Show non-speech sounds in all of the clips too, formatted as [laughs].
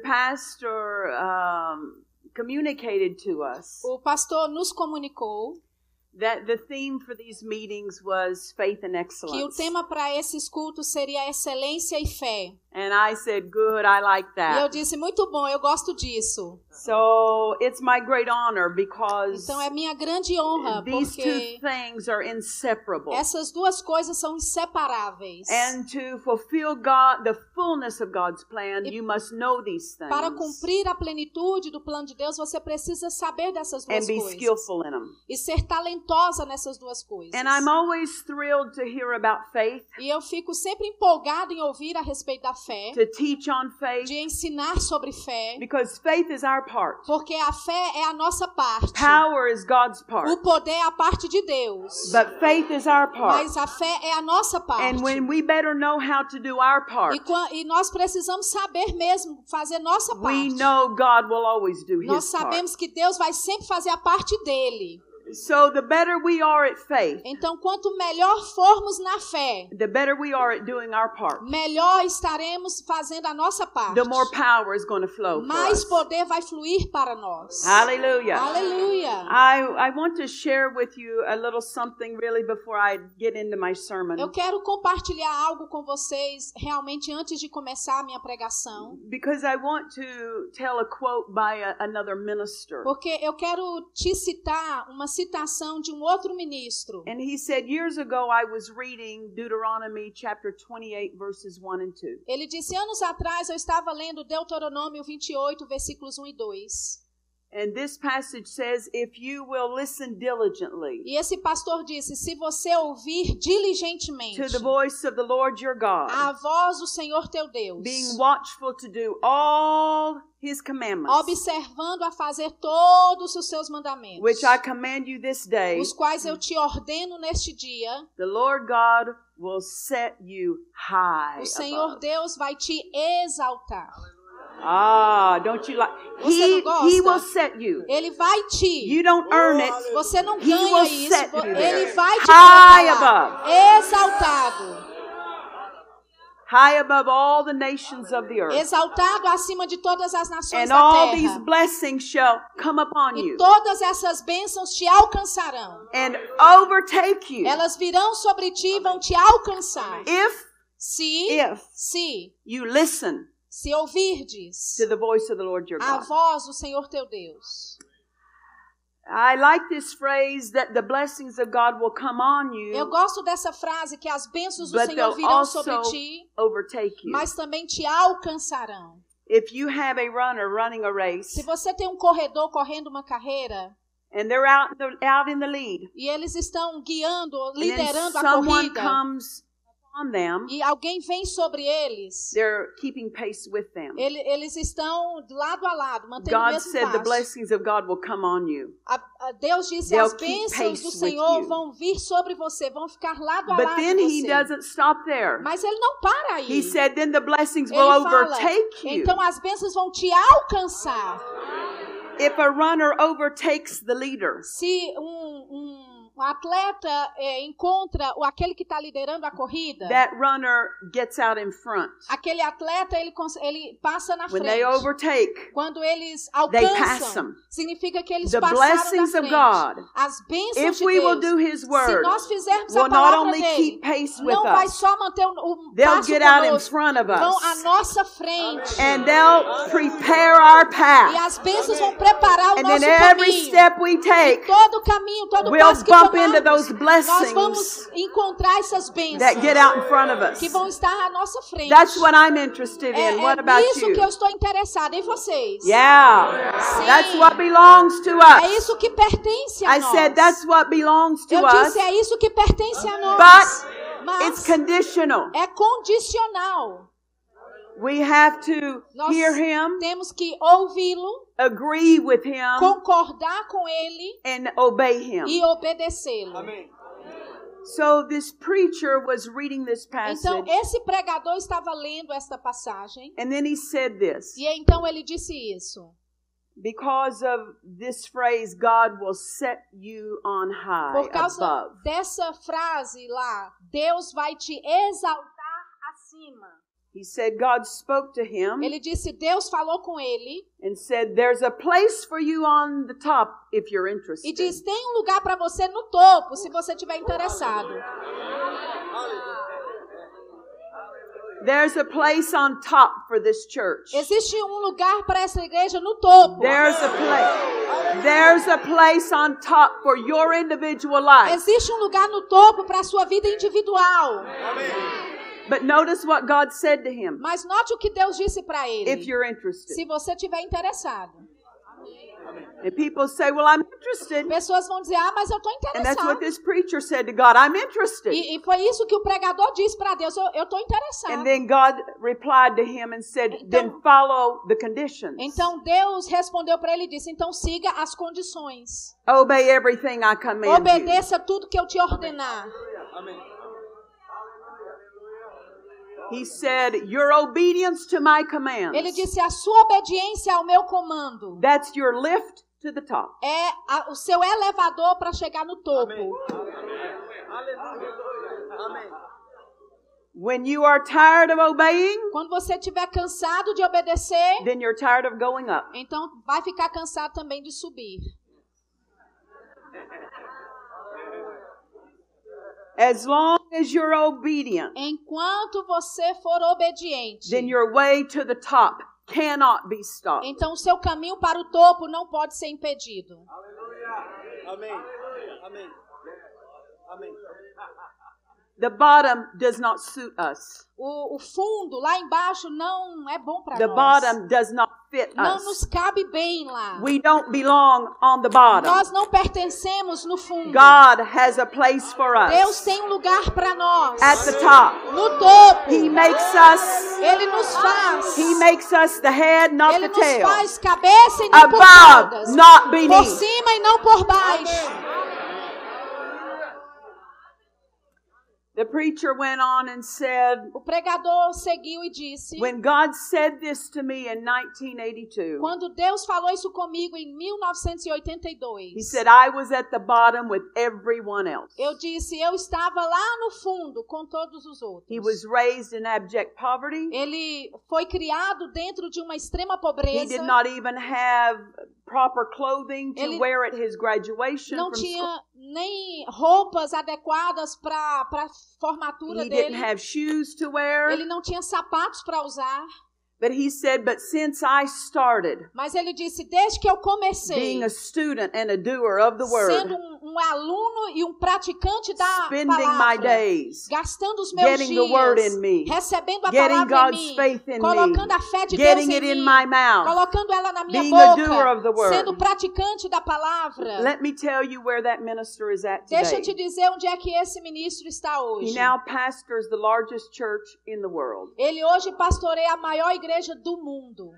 pastor um, communicated to us O pastor nos comunicou that the theme for these meetings was faith and que o excellence. tema para esses cultos seria excelência e fé. And I said, Good, I like E eu that. disse, muito bom, eu gosto disso. So it's my great honor because Então é minha grande honra, these two porque things are inseparable. essas duas coisas são inseparáveis. And to fulfill God, the fullness of God's plan, E you must know these things Para cumprir a plenitude do plano de Deus, você precisa saber dessas and duas be coisas skillful in them. e ser talentosa nessas duas coisas. And I'm always thrilled to hear about faith, E eu fico sempre empolgado em ouvir a respeito da fé, to teach on faith, de ensinar sobre fé, because faith is our part. porque a fé é a nossa parte. Power is God's O part, poder é a parte de Deus, but faith is our part. mas a fé é a nossa parte. And when we better know how to do our part, E, quan- e nós precisamos saber mesmo fazer nossa we parte. know God will always do Nós His part. sabemos que Deus vai sempre fazer a parte dele. So the better we are at faith, Então, quanto melhor formos na fé, the better we are at doing our part, melhor estaremos fazendo a nossa parte. the more power is going to flow. For Mais us. poder vai fluir para nós. Hallelujah. Aleluia. I, I want to share with you a little something really before I get into my sermon. Eu quero compartilhar algo com vocês realmente antes de começar a minha pregação, Because I want to tell a quote by a, another minister. porque eu quero te citar uma citação de um outro ministro. And he said, Years ago, I was reading Deuteronomy chapter 28, verses 1 and 2. Ele disse: anos atrás eu estava lendo Deuteronômio 28, versículos 1 e 2. And this passage says, If you will listen diligently E esse pastor disse: se você ouvir diligentemente to the voice of the Lord your a God, voz do Senhor teu Deus, being watchful to do all his commandments, observando a fazer todos os seus mandamentos, which I hum. command you this day, os quais eu te ordeno neste dia, the Lord God will set you high. o Senhor above. Deus vai te exaltar. Ah, don't you like? He, Você não he gosta? will set you. Ele vai te. You don't earn it. Você não He will ganha isso. set vo- you Ele there. vai te High colocar exaltado. High above all the nations of the earth. Exaltado acima de todas as nações And da all these terra. blessings shall come upon E you todas essas bênçãos te alcançarão. and overtake you Elas virão sobre ti e vão te alcançar. if Se, if se, you listen se ouvirdes to the voice of the Lord your a God. voz do Senhor teu Deus. I like this phrase that the blessings of God will come on Eu you, gosto dessa frase que as bênçãos do But Senhor they'll virão also- sobre ti, overtake you. mas também te alcançarão. If you have a runner running a race Se você tem um corredor correndo uma carreira and they're out they're out in the lead, e eles estão guiando, and then liderando a someone corrida, comes on them, e alguém vem sobre eles, they're keeping pace with them. ele- eles estão lado a lado, mantendo o God mesmo said the passo. blessings of God will come on you. A- a Deus disse: They'll as keep bênçãos pace do with Senhor you." vão vir sobre você, vão ficar lado a But lado then com he você. doesn't stop there. Mas ele não para aí. He said then the blessings ele will fala, overtake you. então as bênçãos vão te alcançar. If a runner overtakes the leader, Se um, um- um atleta é, encontra o aquele que está liderando a corrida, that runner gets out in front. aquele atleta ele, cons- ele passa na When frente. they overtake, Quando eles pass alcançam, them. significa que eles The passaram na blessings of frente. God, As bênçãos if de we will Deus, do His se word, nós fizermos a will not palavra only dele, keep pace with não vai us, só manter o, o they'll passo get out in conosco, front of vão à us nossa frente and they'll prepare our e path. as bênçãos vão preparar o And nosso then every caminho. step we take todo caminho, todo We'll passo que bump tomarmos, into those nós blessings vamos encontrar essas bênçãos that get out in front of us. que vão estar à nossa frente. That's what I'm interested é, in. What é about nisso que eu you? estou interessada em vocês. Yeah. Sim. That's what belongs to É us. isso que pertence a I nós. said that's what belongs to eu us, disse, é isso que pertence a nós. but it's Mas conditional. é condicional. We have to Nós hear him, temos que ouvi-lo, agree with him, concordar com ele and obey him. e obedecê-lo. So this preacher was reading this Então, passage, esse pregador estava lendo esta passagem and then he said this e então ele disse isso. because of this phrase, God will set you on high Por causa above. dessa frase lá, Deus vai te exaltar acima. He said God spoke to him Ele disse: Deus falou com ele and said, There's a place for you on the top if you're e interested. diz: Tem um lugar para você no topo, se você estiver interessado. There's a place on top for this church. Existe um lugar para essa igreja no topo. There's a place. There's a place on top for your individual life. Existe um lugar no topo para a sua vida individual. But notice what God said to him Mas note o que Deus disse para if ele. you're interested. Se você estiver interessado. And people say, Well, I'm interested. Pessoas vão dizer: Ah, mas eu estou And that's interessado. what this preacher said to God I'm interested. E, e foi isso que o pregador disse para Deus: Eu estou interessado. And then God replied to him and said, Then follow the conditions. Então Deus respondeu para ele e disse: Então siga as condições. Obey everything I command you. Obedeça tudo que eu te ordenar. He said, Your obedience to my commands. Ele disse: A sua obediência ao meu comando That's your lift to the top. é a- o seu elevador para chegar no topo. When you are tired of obeying, Quando você estiver cansado de obedecer, then you're tired of going up. então vai ficar cansado também de subir. As long as you're obedient, Enquanto você for obediente, then your way to the top cannot be stopped. então o seu caminho para o topo não pode ser impedido. Amém. Amém. Amém. The bottom does not suit us. O, o fundo lá embaixo não é bom para The nós. bottom does not fit não nos us. cabe bem lá. We don't belong on the bottom. Nós não pertencemos no fundo. God has a place for Deus us tem um lugar para nós. at the top. No topo. He makes us Ele nos faz. He makes us the head, not the Ele nos tail. faz cabeça e não por Above, cordas. not Por beneath. cima e não por baixo. The preacher went on and said, O pregador seguiu e disse: When God said this to me in 1982, Quando Deus falou isso comigo em He 1982, said, I was at the bottom with everyone else. eu disse: Eu estava lá no fundo com todos os outros. He was raised in abject poverty. Ele foi criado dentro de uma extrema He did pobreza. not even have proper clothing to Ele wear at his graduation não from school. tinha nem roupas adequadas para a formatura He didn't dele. have shoes to wear. Ele não tinha sapatos para usar. But he said, But since I started Mas ele disse: Desde que eu comecei, being a student and a doer of the word, sendo um, um aluno e um praticante da spending my palavra, days, gastando os meus getting the word dias, in me, recebendo a getting palavra God's em faith in mim, colocando me, a fé de Deus getting it em in mim, my mouth. colocando ela na minha being a doer of the boca, word. sendo praticante da palavra. Let me tell you where that minister is at Deixa eu te today. dizer onde é que esse ministro está He hoje. now pastors the largest church in the world. Ele hoje pastoreia a maior igreja do mundo.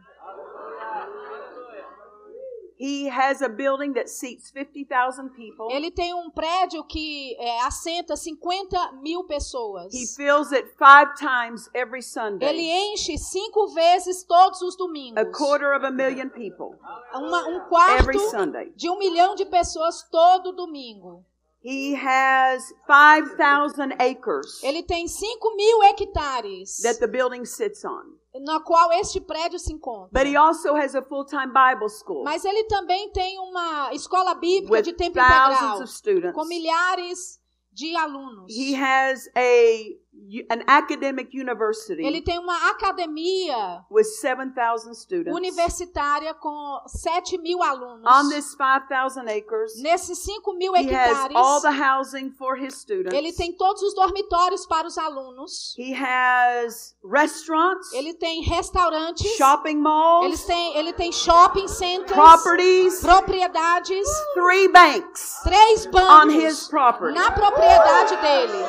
He has a building that seats 50,000 people. Ele tem um prédio que é, assenta 50 mil pessoas. He fills it five times every Ele Sunday, enche cinco vezes todos os domingos. a quarter of a million people Uma- um every quarto Sunday. de um milhão de pessoas todo domingo. He has 5,000 acres Ele tem 5 mil hectares that the building sits on. na qual este prédio se encontra. But he also has a full time Bible school Mas ele também tem uma escola bíblica with de tempo thousands integral of students. com milhares de alunos. He has a an academic Ele university tem uma academia with 7,000 students. universitária com 7 mil alunos. On this 5,000 acres, Nesses 5 mil he has hectares, all the housing for his ele students. tem todos os dormitórios para os alunos. He has restaurants, Ele tem restaurantes. shopping Ele malls, tem, ele tem shopping centers. properties, Propriedades. three banks Três on his bancos property, na propriedade dele.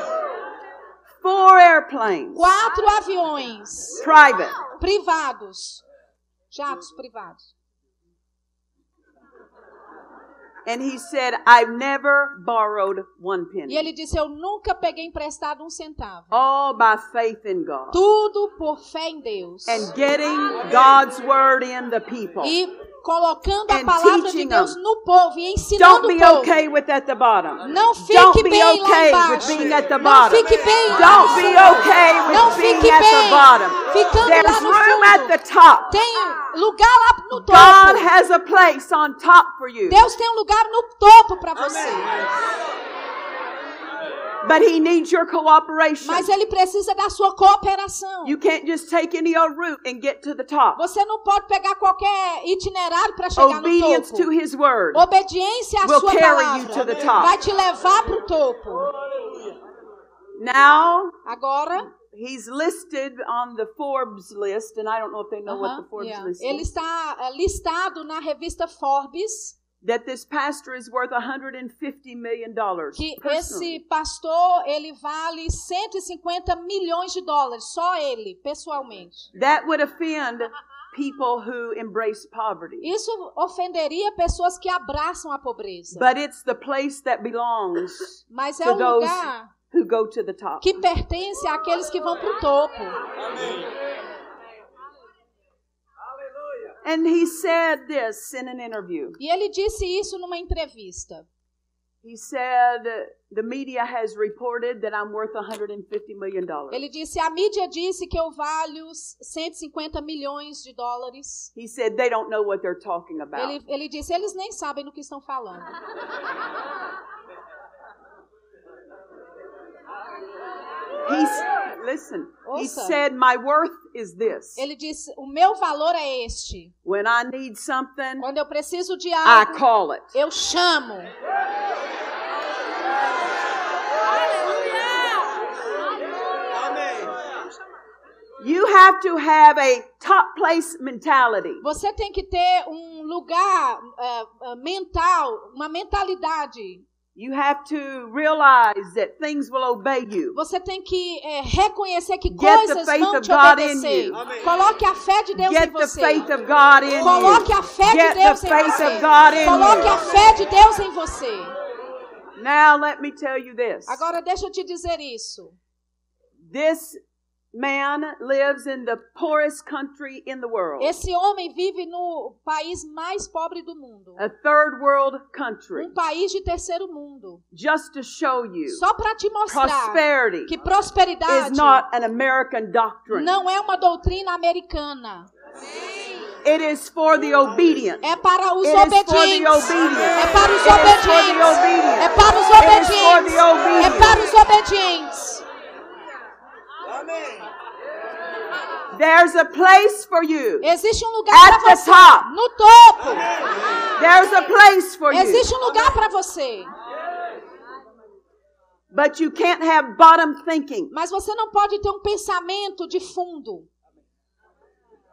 four airplanes, Quatro aviões private. privados. Jatos privados. And he said, I've never borrowed one E penny. ele disse: Eu nunca peguei emprestado um centavo. All by faith in God Tudo por fé em Deus. and getting God's word in the people. e colocando a And palavra de teaching Deus them. no povo e Don't ensinando o be povo. okay with at the bottom. Não Don't fique be bem lá okay with embaixo. being at the Não bottom. fique bem lá Don't no be fundo. okay with Não being fique at the bem bottom. ficando lá There's no room at fundo. the top. Tem lugar lá no topo. Ah. God has a place on top for you, Deus tem um lugar no topo para você. but He needs your cooperation. Mas ele precisa da sua cooperação. You can't just take any old route and get to the top. Você não pode pegar qualquer itinerário para chegar Obedience no to topo. His word. Obediência à will sua carry you to palavra the top. vai te levar para o topo. Now Agora, He's listed on the Forbes list, and I don't know if they know what the aham, Forbes Uh-huh, yeah. list ele is. está eh, listado na revista Forbes That this pastor is worth 150 million dollars. que esse pastor ele vale 150 milhões de dólares só ele pessoalmente. That would offend people who embrace poverty. Isso ofenderia pessoas que abraçam a pobreza. But it's the place that belongs Mas é to um those lugar who go to the top. que pertence àqueles que vão para o topo. And he said this in an interview. E ele disse isso numa entrevista. He said, The media has reported that I'm worth 150 million dollars. Ele disse: a mídia disse que eu valho 150 milhões de dólares. He said, They don't know what they're talking about. Ele, ele disse: eles nem sabem do que estão falando. He's, listen, he Awesome. said, My worth is this. Ele disse: o meu valor é este. When I need something, Quando eu preciso de I algo, call it. eu chamo. You have to have a top place mentality. Você tem que ter um lugar eh, eh, mental, uma mentalidade. You have to realize that things will obey you. Você tem que eh, reconhecer que Get the coisas faith vão of te God in obedecer. you. Amém. Coloque a fé de Deus em Get the você. faith of God in Coloque a fé you. Get de Deus the em faith você. of God in Coloque a you. fé de Deus em você. Now let me tell you this. Agora deixa eu te dizer isso. This man lives in the poorest country in the world, Esse homem vive no país mais pobre do mundo. a third world country, Um país de terceiro mundo. just to show you Só para te mostrar prosperity que is prosperidade not an American doctrine. não é uma doutrina americana. It is for the obedient. É para os It is for the obedientes. obedient. É para os It is for the obedientes. obedient. É para It is os for obedientes. the obedient. É para os obedientes. There's a place for you. Existe um At lugar the para você. top. No topo. There's a place for you. Existe um lugar para você. But you can't have bottom thinking. Mas você não pode ter um pensamento de fundo.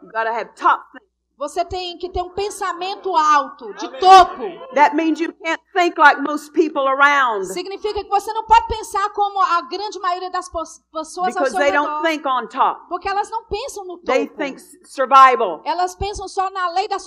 You gotta have top thinking. Você tem que ter um pensamento alto, de topo. That means you can't think like most people around Significa que você não pode pensar como a grande maioria das pos- pessoas ao because seu they don't redor. think on top. Porque elas não pensam no They topo. think s- survival. Elas pensam só na lei They da think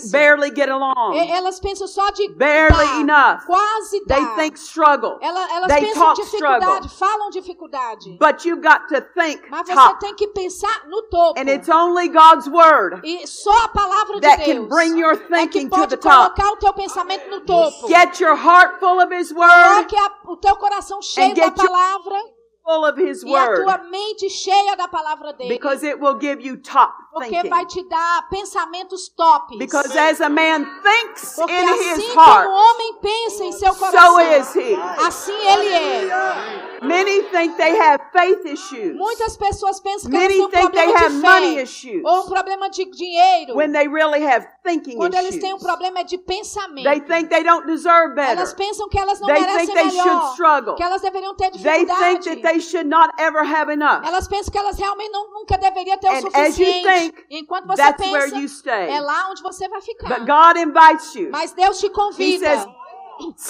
sobrevivência. barely get E- along. Elas pensam só de Barely dar, enough. quase They dar. think struggle. Ela- Elas They pensam talk struggle. dificuldade, falam dificuldade. But you've got to think Mas você top. tem que pensar no topo. And it's only God's word E só a palavra de that Deus can bring your é que thinking to pode the top. colocar o teu pensamento no topo. Get your heart full of His word, Coloque a- o teu coração cheio da get your palavra full of His e a tua word, mente cheia da palavra dele. because it will give you top porque thinking. vai te dar pensamentos tops. Because as a man thinks porque in his assim como o heart, homem pensa em seu coração, so is he. assim ele é. Many think they have faith issues Muitas pessoas pensam que Many elas têm um think they problema have de fé money issues. ou um problema de dinheiro. when they really have thinking quando eles issues. têm um problema de They pensamento. think they don't deserve better. Elas pensam que elas não They merecem think they should melhor, struggle. que elas deveriam ter They think that dificuldade. they should not ever have enough. Elas pensam que elas realmente não, nunca deveriam ter o And as you suficiente. think, E Enquanto você that's where you pensa, stay. é lá onde você vai ficar. But God invites you. Mas Deus te He convida. says,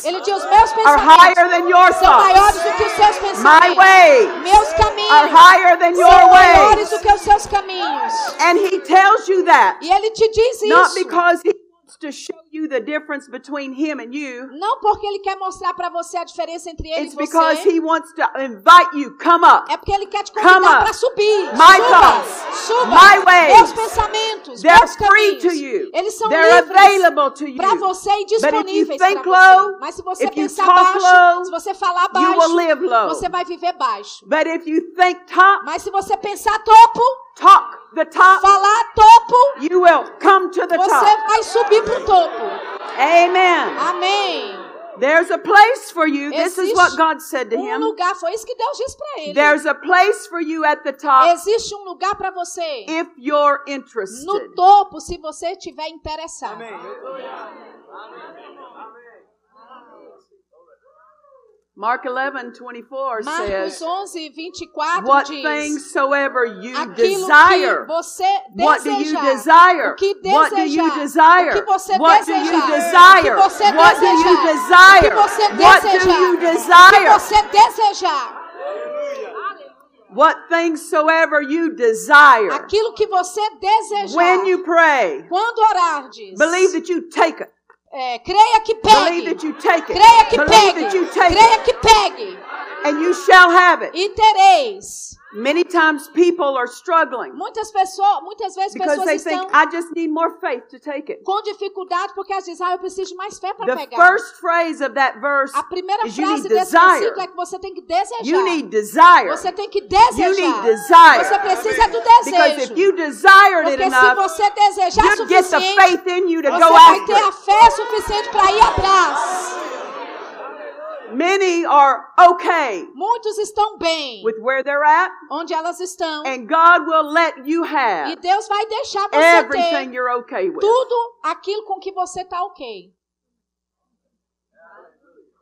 Ele diz, os meus are higher pensamentos than your são maiores thoughts. do que os seus My pensamentos. ways Meus caminhos are higher than são your maiores do ways. que os seus caminhos. And He tells you that E ele te diz not isso. because He wants to show you the difference between him and you. Não porque ele quer mostrar para você a diferença entre ele It's e because você. he wants to invite you. Come up. É porque ele quer te Come convidar up. para subir. My suba, thoughts. suba. My ways. Meus pensamentos, They're meus free caminhos. to you. Eles são They're livres available to you. para você e But if you disponíveis think para você. low, Mas se você if you pensar talk baixo, se low, você falar you will baixo, live low. você vai viver baixo. But if you think top, Mas se você pensar topo, talk the top, falar topo, you will come to the você top. vai subir pro topo. Amen. Amém. There's a place for you. This is Existe what God said to Um him. lugar, foi isso que Deus disse para ele. There's a place for you at the top Existe um lugar para você if you're interested. no topo se você tiver interessado. Amém. Mark 11, 24 Marcos says, 11, 24 What diz: things soever you Aquilo que desire. você What do you desejar, desire? o que What do you desejar, desire? o que você What do desejar, you o que desire? você What do you desejar, o que desire? você What do desejar, you o desire? que você desejar, What things soever you desire. aquilo que você desejar. When you pray, Quando orardes, believe that you take it. é, creia que Believe pegue, that you take it. creia que Believe pegue, that you take it. creia que pegue And you shall have it. e tereis. Many times people are struggling Muitas pessoas, muitas vezes because pessoas they estão think, I just need more faith to take it. com dificuldade porque elas dizem, ah, eu preciso de mais fé para The pegar. first phrase of that verse A primeira is you frase need desse desire. versículo é que você tem que desejar. You need desire. Você tem que desejar. You need desire. Você precisa do Because desejo. if you desired it Porque se enough, você desejar you'd get the suficiente, faith in you to você go vai after ter a it. fé suficiente para ir atrás. Many are okay Muitos estão bem with where they're at, onde elas estão. and God will let you E have Deus vai deixar você everything ter you're okay with. tudo aquilo com que você está ok.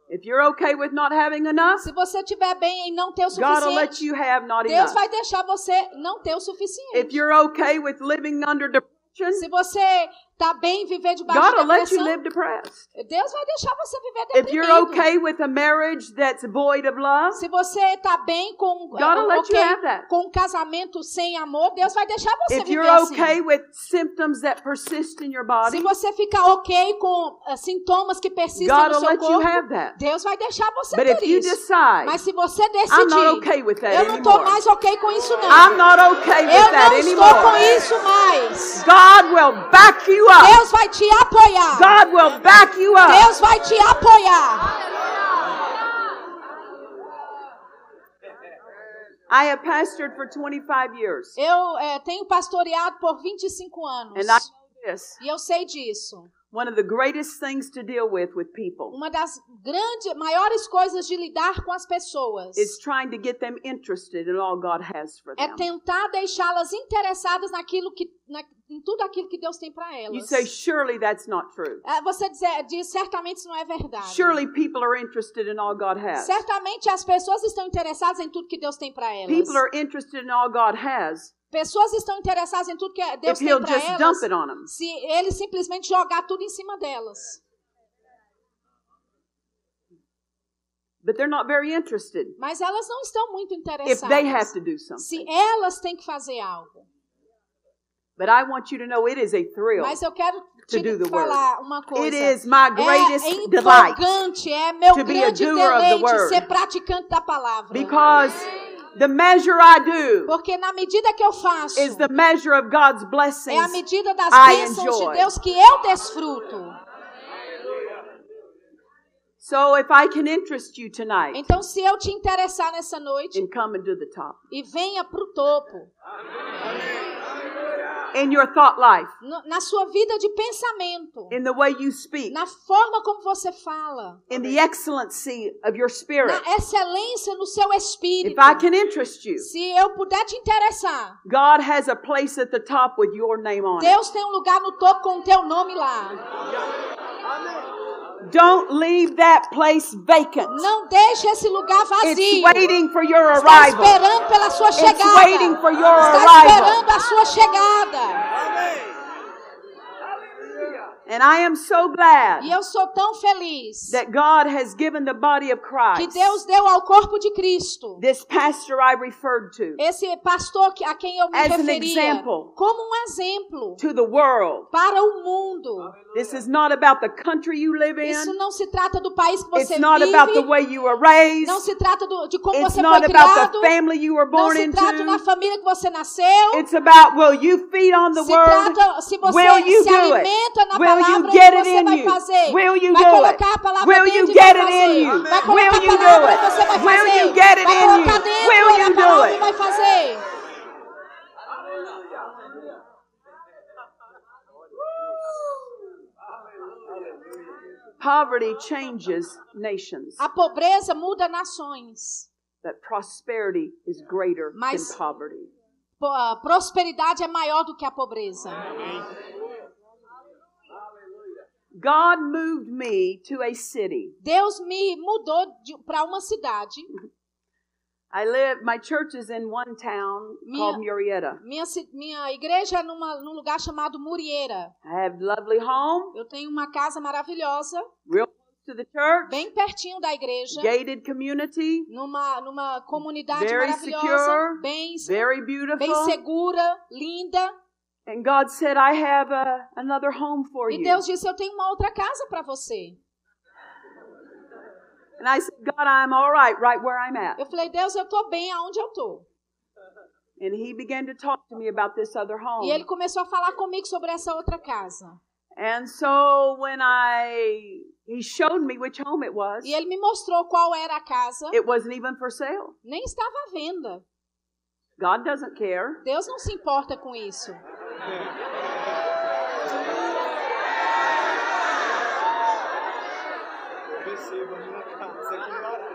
If you're okay with not having enough, Se você estiver bem em não ter o God will let suficiente, you have not Deus enough. vai deixar você não ter o suficiente. If you're okay with living under depression, Se você tá bem viver debaixo God da will let you pressão, live depressed. Deus vai deixar você viver If deprimido. you're okay with a marriage that's void of love, Se você tá bem com, eh, God will let ok, you have that. com um casamento sem amor, Deus vai deixar você if viver you're assim. okay with symptoms that persist in your Se body, você ficar ok com ah, sintomas que persistem God no will seu let you corpo, have that. Deus vai deixar você But ter if you isso. decide, Mas se você decidir, I'm not okay with that eu não tô anymore. mais ok com isso não. I'm not okay with eu that não estou com anymore. isso mais. God will back you up. Deus vai te apoiar. God will back you up. Deus vai te apoiar. I have pastored for 25 years, Eu eh, tenho pastoreado por 25 anos. and I know this. E eu sei disso. One of the greatest things to deal with with people Uma das grandes, maiores coisas de lidar com as pessoas is trying to get them interested in all God has for é them. tentar deixá-las interessadas naquilo que, na, em tudo aquilo que Deus tem para You elas. say, surely that's not true. É, Você dizer, diz, certamente isso não é verdade. Surely people are interested in all God has. Certamente as pessoas estão interessadas em tudo que Deus tem para elas. People are interested in all God has Pessoas estão interessadas em tudo que Deus if tem He'll para just dump elas. it on them. Se ele simplesmente jogar tudo em cima delas. But they're not very interested Mas elas não estão muito if they have interessadas. to do something. Se elas têm que fazer algo. But I want you to know it is a thrill. Mas eu quero To do te the falar uma It coisa. is my é greatest delight empolgante, é meu to be a grande doer of the deleite word. ser praticante da palavra. because the measure I do Porque na medida que eu faço, is the measure of God's é a blessings. medida das I bênçãos enjoy. de Deus que eu desfruto. So if I can interest you tonight Então, se eu te interessar nessa noite in coming to the top e venha pro topo, in your thought life, no- na sua vida de pensamento, in the way you speak, na forma como você fala, in the excellency of your spirit, na excelência no seu espírito, if I can interest you, se eu puder te interessar, God has a place at the top with your name on it. Deus tem um lugar no topo com o teu nome lá. Don't leave that place vacant. Não deixe esse lugar vazio. It's waiting for your Está arrival. esperando pela sua It's chegada. waiting for your Está arrival. esperando a sua chegada. And I am so glad E eu sou tão feliz that God has given the body of que Christ Deus deu ao corpo de Cristo this pastor I referred to esse pastor que- a quem eu me As an referia example. como um exemplo to the world. para o mundo. This is not about the country you live Isso in. não se trata do país que você It's not about the vive, way you were raised. não se trata do- de como It's você foi not about criado, the family you were não born se trata da into. família que você nasceu. It's about will you feed on the Se word? trata se você Will you se do it? alimenta na Will you palavra get que it você in vai you? fazer. Will you vai do colocar a it? palavra Will dentro you e vai get it in fazer. you? Vai colocar Will you a palavra do e it? você vai Will fazer. you get it vai in colocar you? dentro Will da you do palavra e it? vai fazer. Poverty changes nations, A pobreza muda nações. but prosperity is greater than Mas- poverty. Po- a Prosperidade é maior do que a pobreza. God moved me to a city. Deus me mudou para uma cidade. I live, my church is in one town called Murrieta. Minha, ci- minha igreja é numa, num lugar chamado Murieira. I have lovely home, Eu tenho uma casa maravilhosa, real close to the church, bem pertinho da igreja, gated community, numa, numa comunidade Very maravilhosa, secure, bem, very bem beautiful. segura, linda. And God said, I have a, another home for E you. Deus disse: Eu tenho uma outra casa para você. And I said, God, I'm all right, right where I'm at. Eu falei: Deus, eu estou bem aonde eu estou. And he began to talk to me about this other E ele home. começou a falar comigo sobre essa outra casa. And so when I, he showed me which home it was, E ele me mostrou qual era a casa. it wasn't even for sale. Nem estava à venda. God doesn't care. Deus não se importa com isso. Perceba. Você ignora.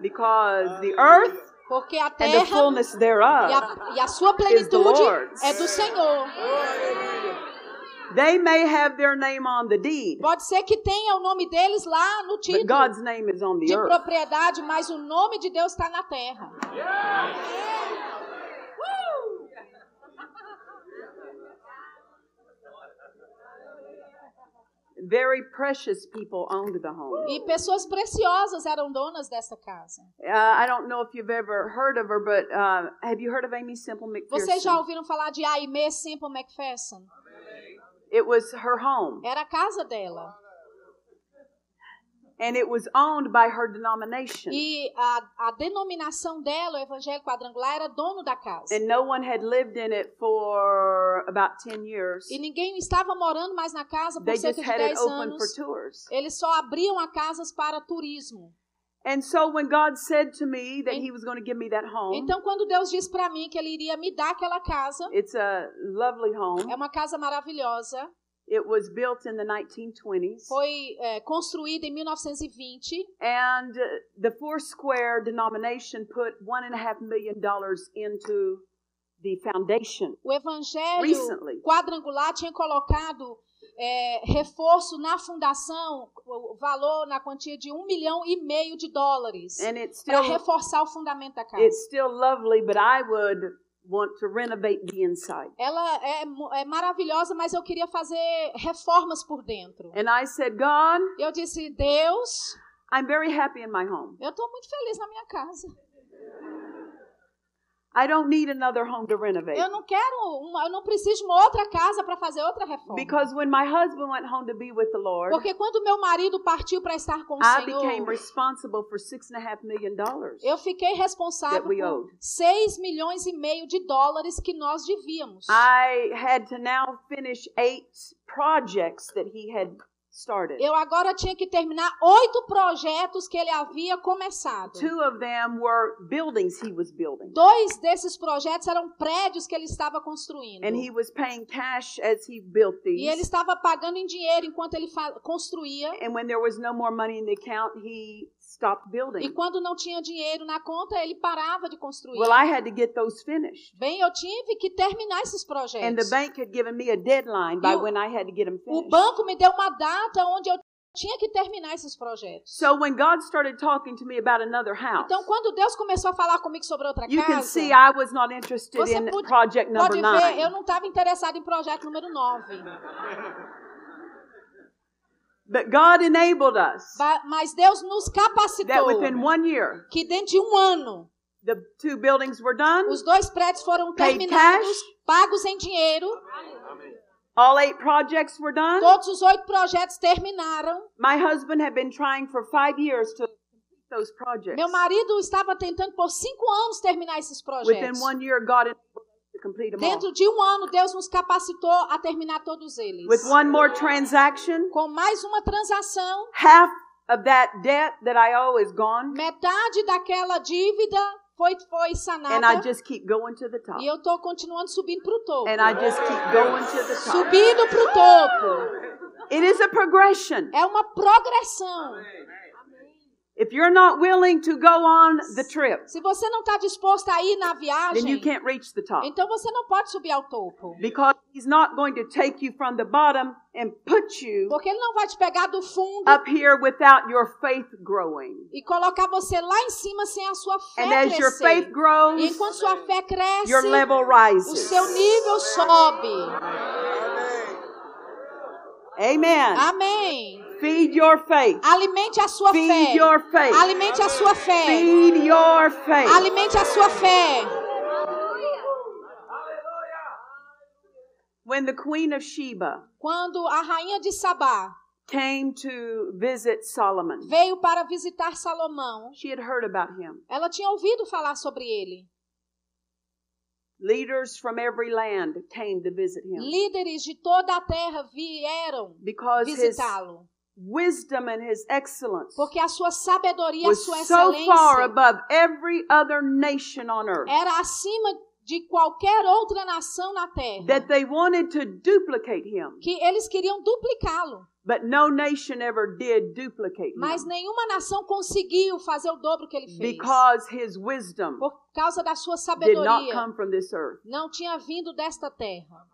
Because the earth Porque a and the terra fullness e thereof, a, e a sua plenitude Lord's. é do Senhor. they may have their name on the deed, Pode ser que tenha o nome deles lá no but título God's name is on the de earth. propriedade, mas o nome de Deus está na terra. Very precious people owned the home. E pessoas preciosas eram donas dessa casa. Uh, I don't know if you've ever heard of her, but uh, have you heard of Amy Simple Vocês já McPherson? ouviram falar de Aimee Simple McPherson? It was her home, Era a casa dela. and it was owned by her denomination, E a, a denominação dela, o Evangelho Quadrangular, era dono da casa. and no one had lived in it for about ten years. E ninguém estava morando mais na casa por They cerca just had de it 10 open for anos. tours. Eles só abriam a casas para turismo. And so when God said to me that He was going to give me that home, Então, quando Deus disse para mim que Ele iria me dar aquela casa, it's a lovely home. é uma casa maravilhosa, It was built in the 1920s, foi é, construída em 1920 and uh, the Four Square denomination put one and a half million dollars into the foundation. O evangelho Recently. quadrangular tinha colocado é, reforço na fundação, o o valor na quantia de um milhão e meio de dólares, And it's para still reforçar o fundamento da casa. It's still lovely, but I would want to renovate the inside. Ela é, mu- é maravilhosa, mas eu queria fazer reformas por dentro. And I said, God, Eu disse, Deus, I'm very happy in my home. eu estou muito feliz na minha casa. I don't need another home to renovate. Eu não quero, uma, eu não preciso de uma outra casa para fazer outra reforma. Because when my husband went home to be with the Lord, Porque quando meu marido partiu para estar com o I became Senhor, responsible for six and a half million dollars. Eu fiquei responsável That we por owed. 6 milhões e meio de dólares que nós devíamos. I had to now finish eight projects that he had started. Eu agora tinha que terminar oito projetos que ele havia começado. Two of them were buildings he was building. Dois desses projetos eram prédios que ele estava construindo. And he was paying cash as he built E ele these. estava pagando em dinheiro enquanto ele fa- construía. And when there was no more money in the account, he stopped E building. quando não tinha dinheiro na conta, ele parava de construir. Well, I had to get those finished. Bem, eu tive que terminar esses And the projetos. bank had given me a deadline by You- when I had to get them O finished. banco me deu uma data onde eu tinha que terminar esses projetos. So when God started talking to me about another house, Então, quando Deus começou a falar comigo sobre outra you can casa, see I was not interested Você in pode, project pode number ver, eu nine. não estava interessada em projeto número 9. But God enabled us Ba- Mas Deus nos that capacitou within one year, que dentro de um ano the two buildings were done, os dois prédios foram Paid terminados, cash. pagos em dinheiro, all eight projects were done. todos os oito projetos terminaram. My husband had been trying for five years to complete those projects. Meu marido estava tentando por cinco anos terminar esses Within projetos. one year, God enabled us to complete them all. Dentro de um ano, Deus nos capacitou a terminar todos eles. With one more transaction, Com mais uma transação, half of that debt that I owe is gone, metade daquela dívida foi, foi and I sanada. just keep going to the top. E eu estou continuando subindo para o topo. And I just keep going to the top. Subindo para o topo. It is a progression. É uma progressão. If you're not willing to go on the trip, Se você não está disposto a ir na then you viagem, can't reach the top. então você não pode subir ao topo. Because He's not going to take you from the bottom and put you Porque ele não vai te pegar do fundo up here without your faith growing. e colocar você lá em cima sem a sua fé And as your faith crescer. E grows, enquanto sua your fé cresce, level o rises. seu nível sobe. Ah. Amen. Amém. Feed your faith. Ah, Alimente a sua Feed fé. your faith. Alimente a sua fé. Feed your faith. Alimente a sua fé. When the Queen of Sheba Quando a rainha de Sabá came to visit Solomon, veio para visitar Salomão, she had heard about him. ela tinha ouvido falar sobre ele. Leaders from every land came to visit him Líderes de toda a terra vieram because his visitá-lo, wisdom and his excellence porque a sua sabedoria, a was sua so far excelência above every other nation on earth era acima de qualquer outra nação na terra, that they wanted to duplicate him, que eles queriam duplicá-lo, but no nation ever did duplicate him mas nenhuma nação conseguiu fazer o dobro que ele fez, because his wisdom por causa da sua did not sabedoria. come from this earth. não tinha vindo desta terra.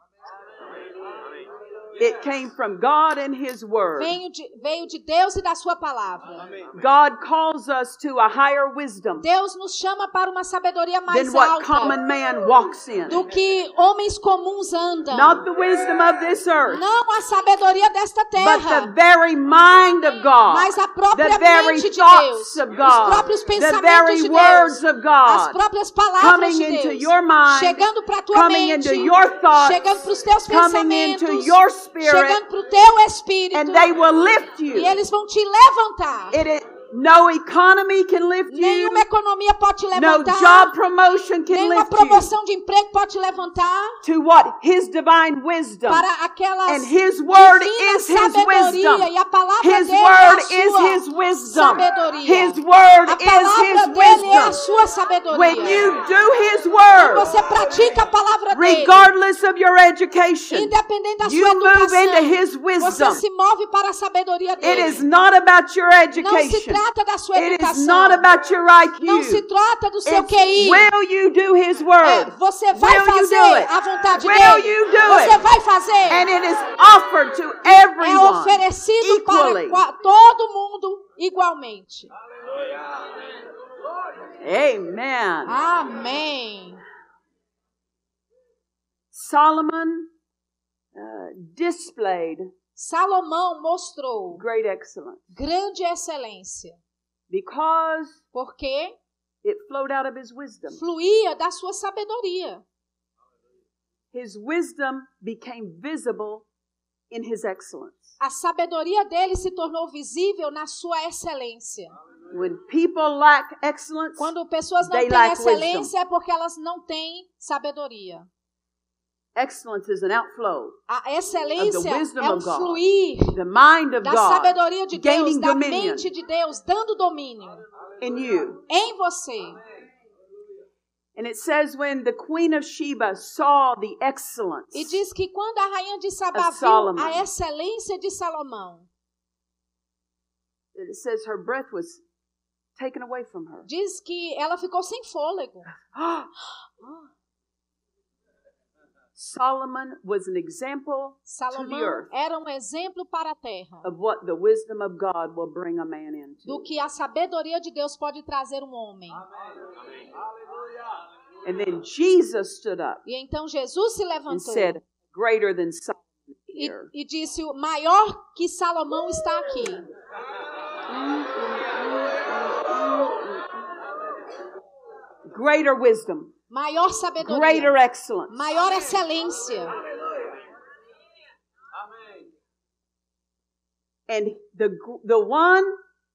It came from God and His Word. Veio de, veio de Deus e da sua palavra. God calls us to a higher wisdom Deus nos chama para uma sabedoria than mais what alta common man walks in. do que homens comuns andam. Not the wisdom of this earth, Não a sabedoria desta but the terra, very mind of God, mas a the própria very mente de Deus, thoughts of os God, próprios the pensamentos very de words Deus, of as God próprias palavras coming de into Deus, your mind, chegando para a tua coming mente, into your thoughts, chegando para os teus coming into pensamentos, your spirit, chegando para o teu espírito, and they will lift e you. eles vão te levantar. It is, no economy can lift you. Nenhuma economia pode te No levantar. job promotion can Nenhuma lift you promoção de emprego pode te levantar to what? His divine wisdom. para aquelas And his word divina is his sabedoria. wisdom. E a palavra His dele word é is a his sua wisdom. sabedoria. His word a is palavra his dele é a wisdom. sua sabedoria. When you do his Quando word, você pratica a palavra dele, regardless of your education, independente da sua you move into educação, his wisdom. você se move para a sabedoria It dele. is not about your não se education. trata da sua It is educação. not about your não se IQ. trata do seu It's, QI. will you do his É, word? você vai Will you fazer do it? a vontade Will dele. you do você it? vai fazer. And it is offered to é everyone oferecido equally. para qua- todo mundo igualmente. Amen. Ah. Amém. Solomon uh, displayed Salomão mostrou great excellence grande excelência, because porque it flowed out of his wisdom. fluía da sua sabedoria. His wisdom became visible in his excellence. A sabedoria dele se tornou visível na sua excelência. When people lack excellence, Quando pessoas não They têm lack excelência, é porque elas não têm sabedoria. excellence is an outflow. A excelência wisdom é um of God. fluir The mind of da God sabedoria de Deus, gaining da dominion. mente de Deus, dando domínio in you. em você. And it says when the queen of Sheba saw the excellence, E diz que quando a rainha de Sabá Of viu Solomon. a excelência de Salomão, it says her breath was taken away from her. diz que ela ficou sem fôlego. Solomon was an example to the Salomão earth era um exemplo para a terra of what the wisdom of God will bring a man into. do que a sabedoria de Deus pode trazer um homem. And then Jesus stood up E então Jesus se and levantou said, Greater than Solomon. E, here. e disse: o maior que Salomão está aqui. Greater wisdom, Maior sabedoria. greater excellence. Maior excelência. And the, gr- the one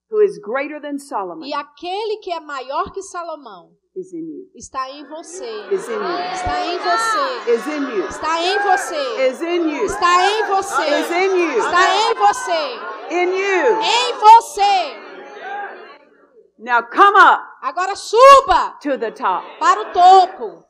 who is greater than Solomon E aquele que é maior que Salomão is in you, está em você. is in you, Está em você. is in you, Está em você. is in you, Está em você. is in you, Está em você. in you. Em você. Now come up Agora suba to the top. para o topo.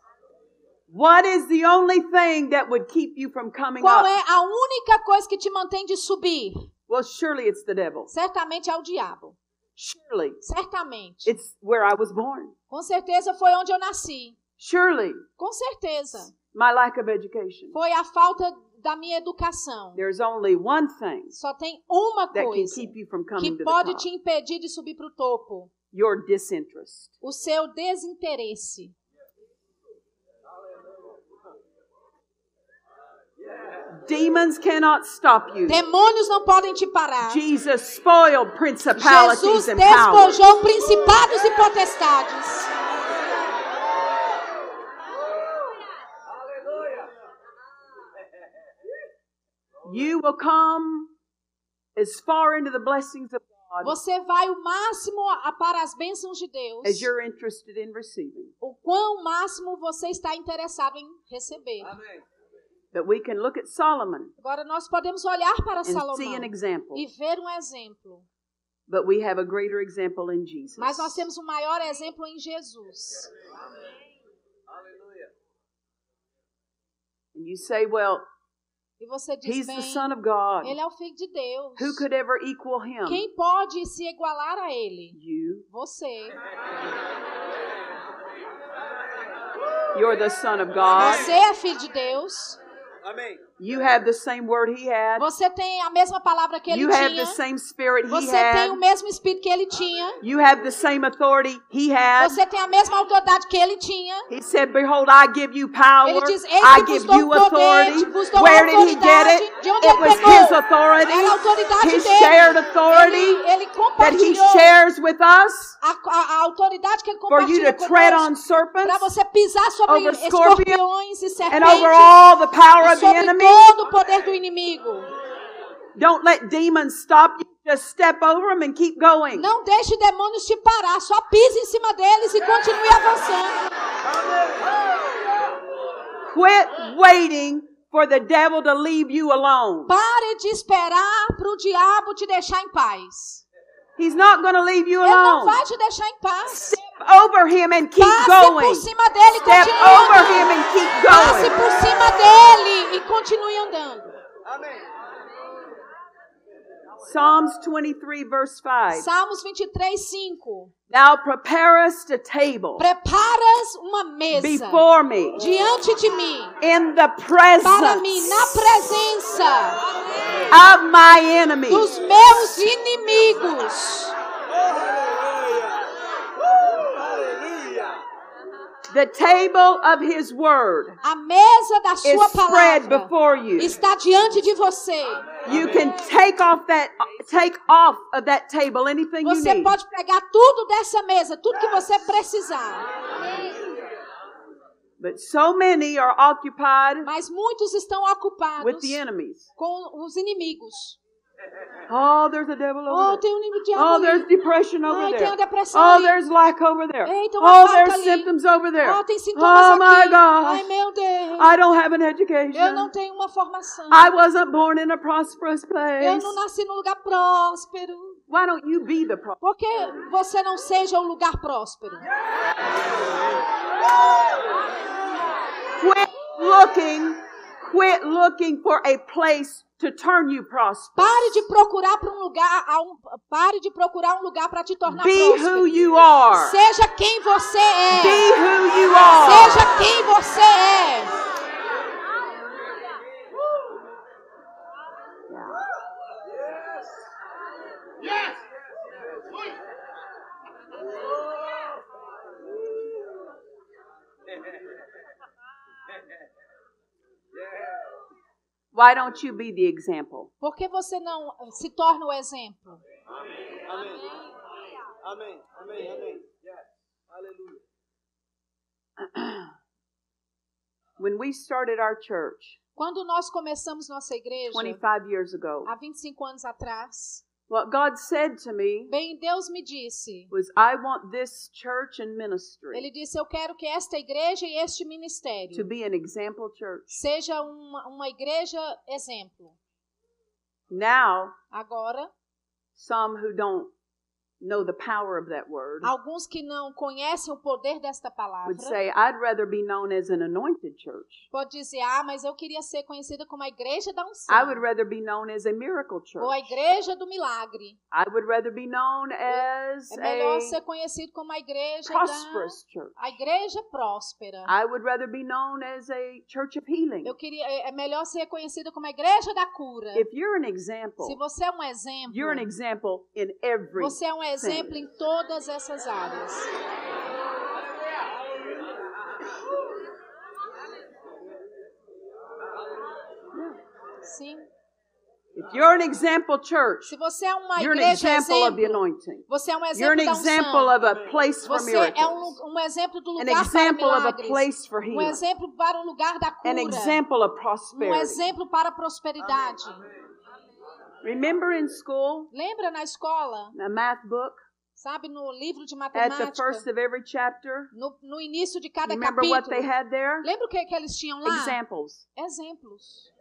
What is the only thing that would keep you from coming Qual up? é a única coisa que te mantém de subir? Well, surely it's the devil. Certamente é o diabo. Surely Certamente. it's where I was born. Com certeza foi onde eu nasci. Surely Com certeza. my lack of education. Foi a falta da minha educação. There's only one thing Só tem uma that can coisa keep you from coming que to the pode top. te impedir de subir para o topo: Your disinterest. o seu desinteresse. Demons cannot stop you. Demônios não podem te parar. Jesus spoiled Jesus principalities and powers. despojou principados e potestades. You will come as far into the blessings of God Você vai o máximo a- para as bênçãos de Deus. as you're interested in receiving. O quão máximo você está interessado em receber. But we can look at Solomon Agora nós podemos olhar para and see Salomão an example. e ver um exemplo. But we have a greater example in Jesus. Mas nós temos um maior exemplo em Jesus. And you say, well, E você diz he's bem, the Son of God. ele é o filho de Deus. Who could ever equal him? Quem pode se igualar a ele? You. Você. You're the Son of God. Você é filho de Deus. Amém. You have the same word he had. Você tem a mesma palavra que ele You have the tinha. same spirit he Você tem had. o mesmo espírito que ele tinha. You have the same authority he had. Você tem a mesma autoridade que ele tinha. He said, Behold, I give you power. Ele diz, "Eis I que vos give dou you poder, authority. vos dou Where did he get it? autoridade." De It onde ele was pegou? his Era é a autoridade authority, his dele. shared authority ele, ele that he compartilhou shares with us a, a- a autoridade que ele for you compartilhou to tread on conosco para serpents você pisar sobre over scorpions escorpiões e and serpentes over all the power e of the sobre enemy. todo o poder do inimigo. Don't let demons stop you. Just step over them and keep going. Não deixe demônios te parar, só pise em cima deles e continue avançando. Quit waiting for the devil to leave you alone. Pare de esperar para o diabo te deixar em paz. He's not going to leave you Ele não alone. vai te deixar em paz. Step over him and keep Passe por going. cima dele e Step continue over andando. him and keep Passe going. por cima dele e continue andando. Amém. Psalms 23, verse 5. Salmos 23, 5. Thou preparest a table Preparas uma mesa before me diante de mim, in the para mim, presence na presença of my dos enemies. meus inimigos. The table of his word A mesa da is sua spread palavra before you. está diante de você. You can take off that take off of that table anything you Você need. pode pegar tudo dessa mesa, tudo que você precisar. But so many are occupied Mas muitos estão with ocupados the enemies. com os inimigos. Oh, there's a devil Oh, over there. tem um inimigo de Oh, ali. there's depression Ai, over tem there. uma depressão Oh, ali. there's lack over there. Eita, uma Oh, falta there's ali. symptoms over there. Oh, tem sintomas Oh my aqui. Ai, God. meu Deus. I don't have an Eu não education. tenho uma formação. I wasn't born in a prosperous Eu place. não nasci num lugar próspero. Why don't you be the pro- Por que você não seja um lugar próspero? Quit looking, quit looking for a place to turn you prosperous. Pare de procurar para um lugar, a um- pare de procurar um lugar para te tornar Be who próspero. you are. Seja quem você Be é. who you are. Seja quem você é. Why don't you be the example? Por que você não eh, se torna o exemplo? Amém. Amém. Amém. Amém. Yes. Aleluia. When we started our church Quando nós começamos nossa igreja, 25 years ago, há 25 anos atrás, what God said to me bem, Deus me disse, was, I want this church and ministry Ele disse, eu quero que esta igreja e este to ministério be an example church. seja uma, uma igreja exemplo. Now, Agora, some who don't know the power of that word alguns que não conhecem o poder desta palavra would say, I'd rather be known as an anointed church. pode dizer, ah, mas eu queria ser conhecida como a igreja da unção, I would rather be known as a miracle ou a church. igreja do milagre. I would rather be known as É melhor a ser conhecido como a igreja da prosperous church. a igreja próspera. I would rather be known as a church of healing. Eu queria é é melhor ser conhecida como a igreja da cura. If you're an Se example, você é um exemplo, you're an example in every. você é um exemplo em todas essas áreas. Sim. If you're an example church, Se você é uma you're an igreja example of the exemplo, anointing. você é um You're an exemplo da example unção. of a place for Você é um, miracles. lu- um exemplo do An lugar para example of a milagres. place for Um healing. exemplo para o lugar da An cura. example of Um prosperity. exemplo para a prosperidade. Remember in school, Lembra na escola, a math book, sabe, no livro de at the first matemática, of every chapter, no, no início de cada remember what they capítulo. had there? Lembra o que, que eles tinham lá? Examples. Exemplos.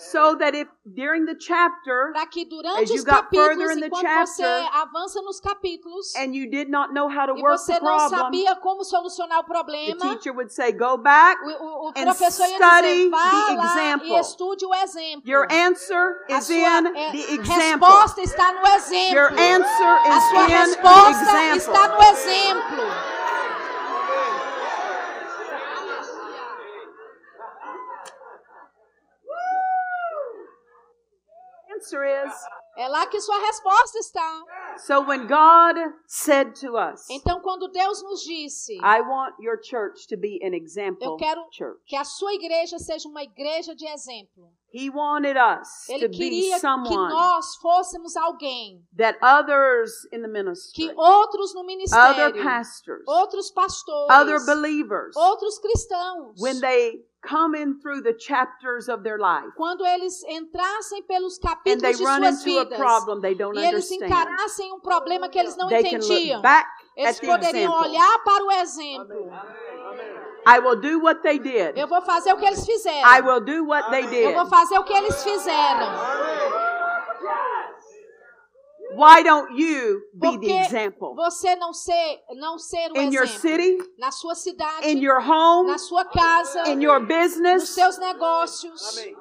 So that if during the chapter Para que As durante you os got further capítulos, in the enquanto chapter, você avança nos capítulos, and you did not know how to e work the você não problem, sabia como solucionar o the problema, teacher would say, Go back. o, o- o and professor ia study dizer, the vá lá example." e estude o exemplo. Your answer A is sua in é, the example. resposta está no exemplo. Your answer A is sua in resposta the está example. no exemplo. Answer is. É lá que sua resposta está. So when God said to us, Então, quando Deus nos disse I want your church to be an Eu example quero- church. que a sua igreja seja uma igreja de exemplo, He wanted us Ele to be queria que someone nós fôssemos alguém, that others in the que ministry, outros no other ministério, pastors, outros pastores, other believers, outros cristãos, when they come in through the chapters of their life quando eles entrassem pelos and they capítulos de run suas into a vidas problem they don't e eles understand, encarassem um problema que eles não they can look entendiam, back eles at the poderiam example. olhar para o exemplo. I will do what they did. Eu vou fazer o que eles fizeram. I will do what they Eu did. vou fazer o que eles fizeram. Why don't you be the Porque example? você não ser, não ser um In your exemplo city, na sua cidade, in your home, na sua casa, in your nos business, seus negócios. Amém.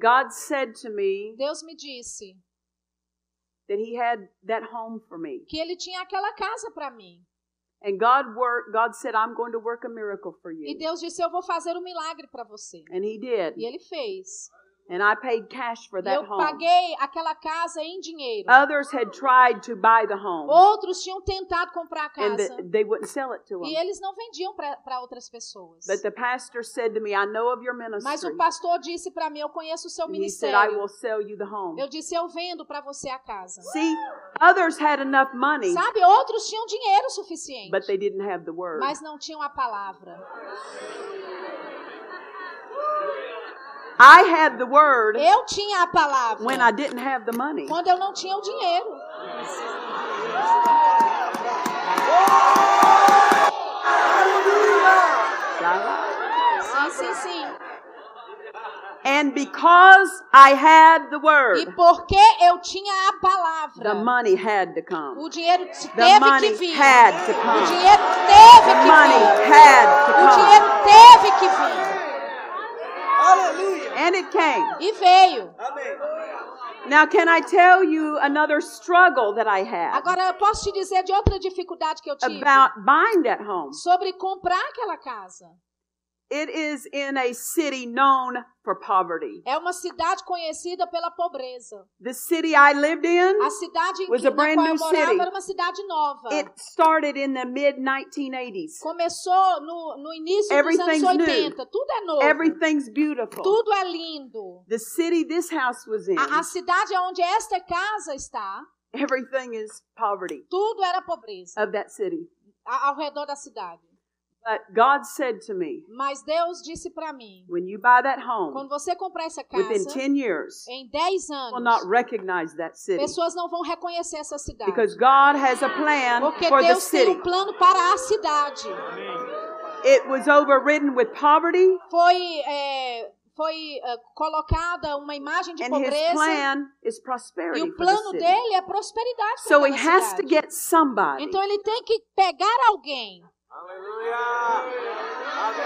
God said to me Deus me disse that He had that home for me. que ele tinha aquela casa para mim. And God worked, God said, I'm going to work a miracle for E you. Deus disse: Eu vou fazer um milagre para você. And He did. E ele fez. And I paid cash for E that eu home. Ah. paguei aquela casa em dinheiro. Others had tried to buy the home Outros tinham tentado comprar a and casa. the, they wouldn't sell it to E them. eles não vendiam para outras pessoas. But the pastor said to me, I know of your Mas ministry. o pastor disse para mim: Eu conheço o seu And he said, I ministério. will sell you the home. Eu disse: Eu vendo para você a casa. See, others had enough money, Sabe, outros tinham dinheiro suficiente, but they didn't have the word. mas não tinham a palavra. I had the word Eu tinha a palavra when I didn't have the money. quando eu não tinha o dinheiro. Sim, sim, sim. And because I had the word, E porque eu tinha a the palavra, money had to come. o dinheiro The teve que money vir. had to O come. dinheiro teve The que money vir. had to O come. dinheiro teve que vir. Aleluia. And it came. E veio. Amém. Now, can I tell you another struggle that I had Agora eu posso te dizer de outra dificuldade que eu tive about buying that home? sobre comprar aquela casa. It is in a city known for poverty. É uma cidade conhecida pela pobreza. The city I lived in, A cidade em Was que, a na brand qual eu new morava city. era uma cidade nova. it started in the mid 1980s. Começou no, no início dos Everything's anos new. 80. Tudo é novo. Everything's beautiful. Tudo é lindo. The city this house was in, A, a cidade onde esta casa está, everything is poverty tudo era pobreza of that city. a- ao redor da cidade. But God said to me, Mas Deus disse para mim, when you buy that home, quando você comprar essa within casa, 10 years, em 10 you will not anos, recognize that city pessoas não vão reconhecer essa cidade. because God has a plan Porque for the Deus tem city. um plano para a cidade. It was overridden with poverty, Foi, é, foi é, colocada uma imagem de and His pobreza plan is e prosperity o for the plano city. dele é prosperidade para So He aquela has to cidade. get somebody Então ele tem que pegar alguém. Hallelujah. Amen.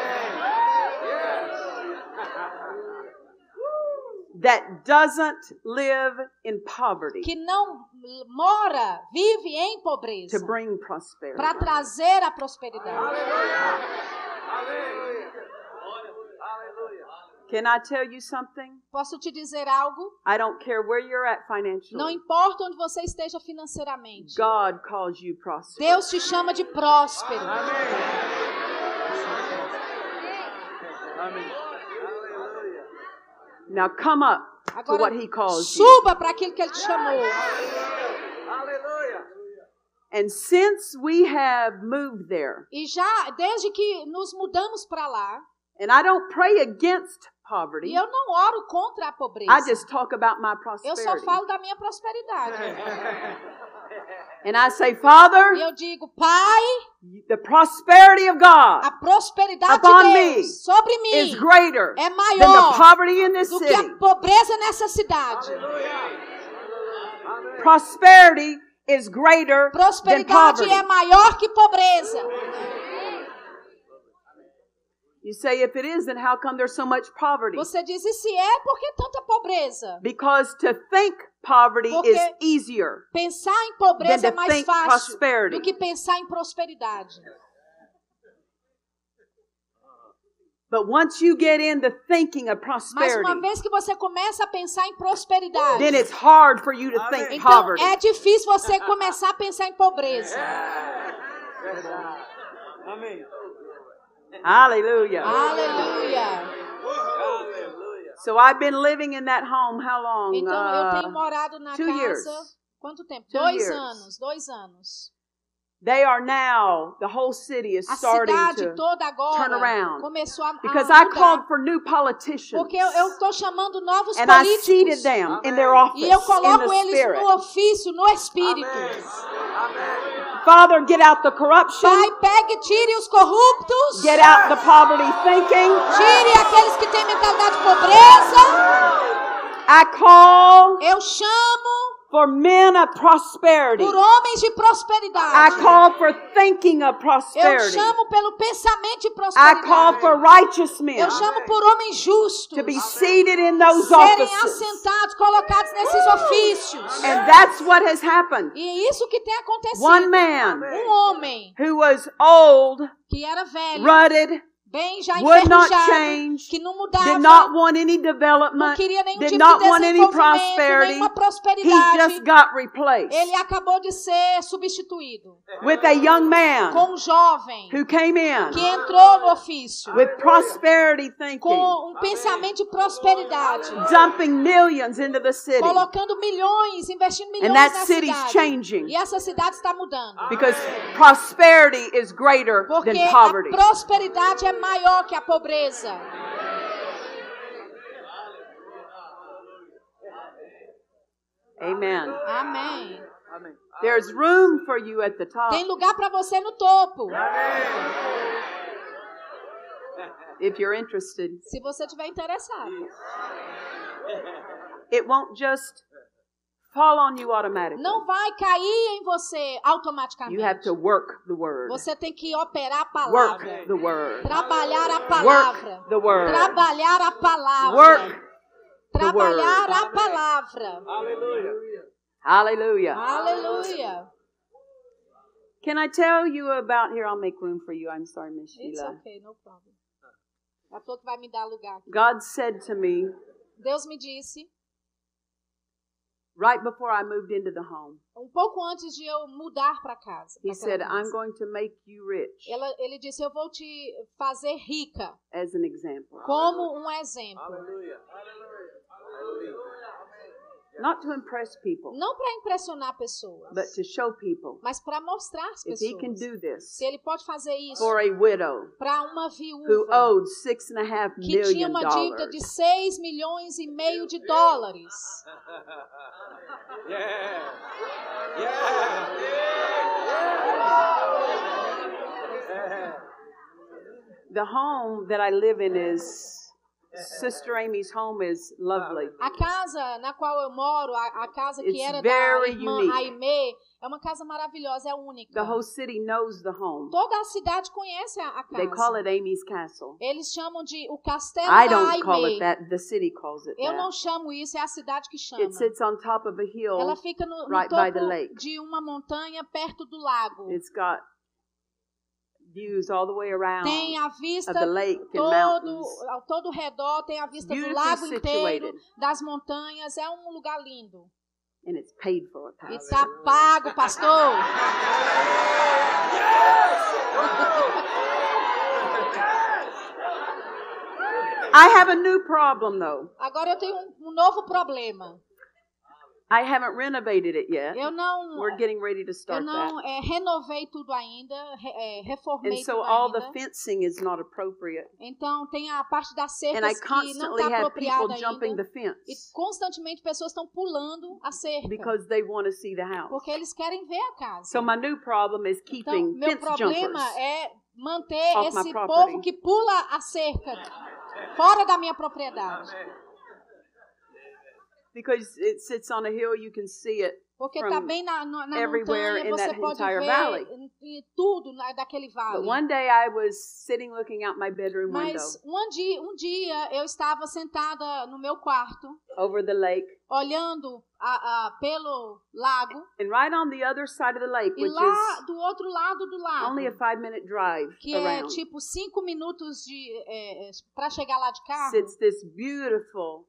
that doesn't live in poverty que não mora, vive em to pobreza, bring prosperity. para trazer a prosperidade. Hallelujah. Hallelujah. Can I tell you something? Posso te dizer algo? I don't care where you're at Não financially. importa onde você esteja financeiramente, God calls you prosperous. Deus te chama de próspero. Amém. Hallelujah. Now come up to Agora what He calls you. suba para aquilo que Ele te chamou. Hallelujah. And since we have moved there, E já desde que nos mudamos para lá, and I don't pray against e poverty, eu não oro contra a I pobreza. just talk about my Eu só prosperity. falo da minha prosperidade. And I say, E Father, eu digo, Pai, the prosperity of God a prosperidade Upon de me Deus sobre is mim greater é than the maior poverty in this do que city. a pobreza nessa cidade. Prosperity is greater than Prosperidade poverty. é maior que pobreza. You say, if it is, then how come there's so much poverty? Você diz, e se é, por que tanta pobreza? Because to think poverty Porque- is easier. Pensar em pobreza Than é to mais think fácil prosperity. do que pensar em prosperidade. But once you get into thinking of Mas uma prosperity, vez que você começa a pensar em prosperidade, then it's hard for you to think então poverty. é difícil você começar a pensar em pobreza. [laughs] Amém. Hallelujah. Aleluia. Aleluia. So I've been living in that home how long? Então eu Uh, tenho morado na two years. casa. Quanto tempo? Two Dois years. anos. Dois anos. they are now, the whole city is A starting cidade to. toda turn around. agora começou a, a Because I mudar. called for new politicians. Porque eu estou chamando novos And I seated políticos. them in their office E eu in coloco the eles spirit. no ofício, no espírito. Father, get out the corruption. Pai, pegue, tire os corruptos. Get out the poverty thinking. Tire aqueles que têm mentalidade de pobreza. I call Eu chamo for men of prosperity. por homens de I prosperidade. call for thinking of Eu prosperity. chamo pelo pensamento de I call prosperidade. for righteous men Eu chamo por homens justos. to be seated in those Serem offices. assentados, colocados nesses Uh! ofícios. And that's what has happened. E é isso que tem É. One acontecido. man Um homem who was old, que era velho, rutted, bem já would not enferrujado, change, que não did not mudava, want any não development, queria nenhum did tipo not de want any desenvolvimento, prosperity. nenhuma He prosperidade. just got replaced Ele acabou de ser substituído with a young man com um jovem who came in que entrou no ofício with prosperity thinking, com um pensamento de prosperidade, dumping millions into the city. colocando milhões, investindo milhões that na city's cidade. changing. E essa cidade está mudando. Because prosperity is greater Porque than a poverty. prosperidade é maior que a pobreza. Amen. Amém. Amém. There's room for you at the Tem top lugar para você no topo, if you're interested. se você estiver interessado. It won't just fall on you automatically. Não vai cair em você You have automaticamente. to work the word. Você tem que operar a Work palavra. the word. Trabalhar a Work palavra. the word. Trabalhar a palavra. Work. Trabalhar a palavra. Aleluia. Hallelujah. Aleluia. Can I tell you about here? I'll make room for you. I'm sorry, Miss It's Sheila. okay, no problem. Ela falou que vai me dar lugar. aqui. God said to me Deus me disse, right before I moved into the home, um pouco antes de eu mudar para casa. He daquela said, I'm casa, going to make you rich, ela, ele disse, eu vou te fazer rica, as an example. como um exemplo. Hallelujah. Hallelujah. Not to impress people, Não para impressionar pessoas, but to show people mas para mostrar às if He can pessoas. do this Se ele pode fazer isso for a widow para uma who viúva owed six and a half que million tinha uma dívida de dollars, 6 milhões e meio de dólares. Yeah. Yeah. Yeah. Yeah. the home that I live in is Sister Amy's home is lovely. A casa na qual eu moro, a, a casa que It's era da very irmã unique. Aimee, é uma casa maravilhosa, é única. The whole city knows the home. Toda a cidade conhece a, a They call casa. it Amy's Castle. Eles chamam de o castelo I da don't call it Aimee. that. The city calls it Eu não that. chamo isso, é a cidade que chama. It sits on top of a hill. Ela fica no, no right by the lake. topo de uma montanha perto do lago. It's got views all the way around Tem a of vista the lake and todo, mountains. ao todo redor, tem a vista do Beautifully lago inteiro, situated. das montanhas, é um lugar lindo. And it's paid for, E Pastor. está pago, pastor. I have a new problem, though. Agora eu tenho um, um novo problema. I haven't renovated it yet. Eu não, We're getting ready to eu start that. não eh, renovei tudo ainda, re, eh, And reformei so tudo all the ainda. fencing is not appropriate. Então tem a parte das And I cercas que não constantly está have people apropriada jumping the ainda. E fence constantemente pessoas estão pulando a cerca, because they want to see the house. porque eles querem ver a casa. So my new problem is Então, keeping meu fence assim, jumpers. problema é manter off my esse property. povo que pula a cerca fora da minha propriedade. Because it sits on a hill, you can see it. Porque From está bem na, na, na everywhere montanha, in você that pode entire ver valley. em- em tudo na, daquele vale. But one day I was sitting looking out my bedroom window Mas um dia, um dia eu estava sentada no meu quarto, over the lake. olhando a, a- pelo lago, And right on the other side of the lake, e which lá is do outro lado do only a lago, five minute drive que é around, tipo cinco minutos de para chegar lá de carro, sits this beautiful,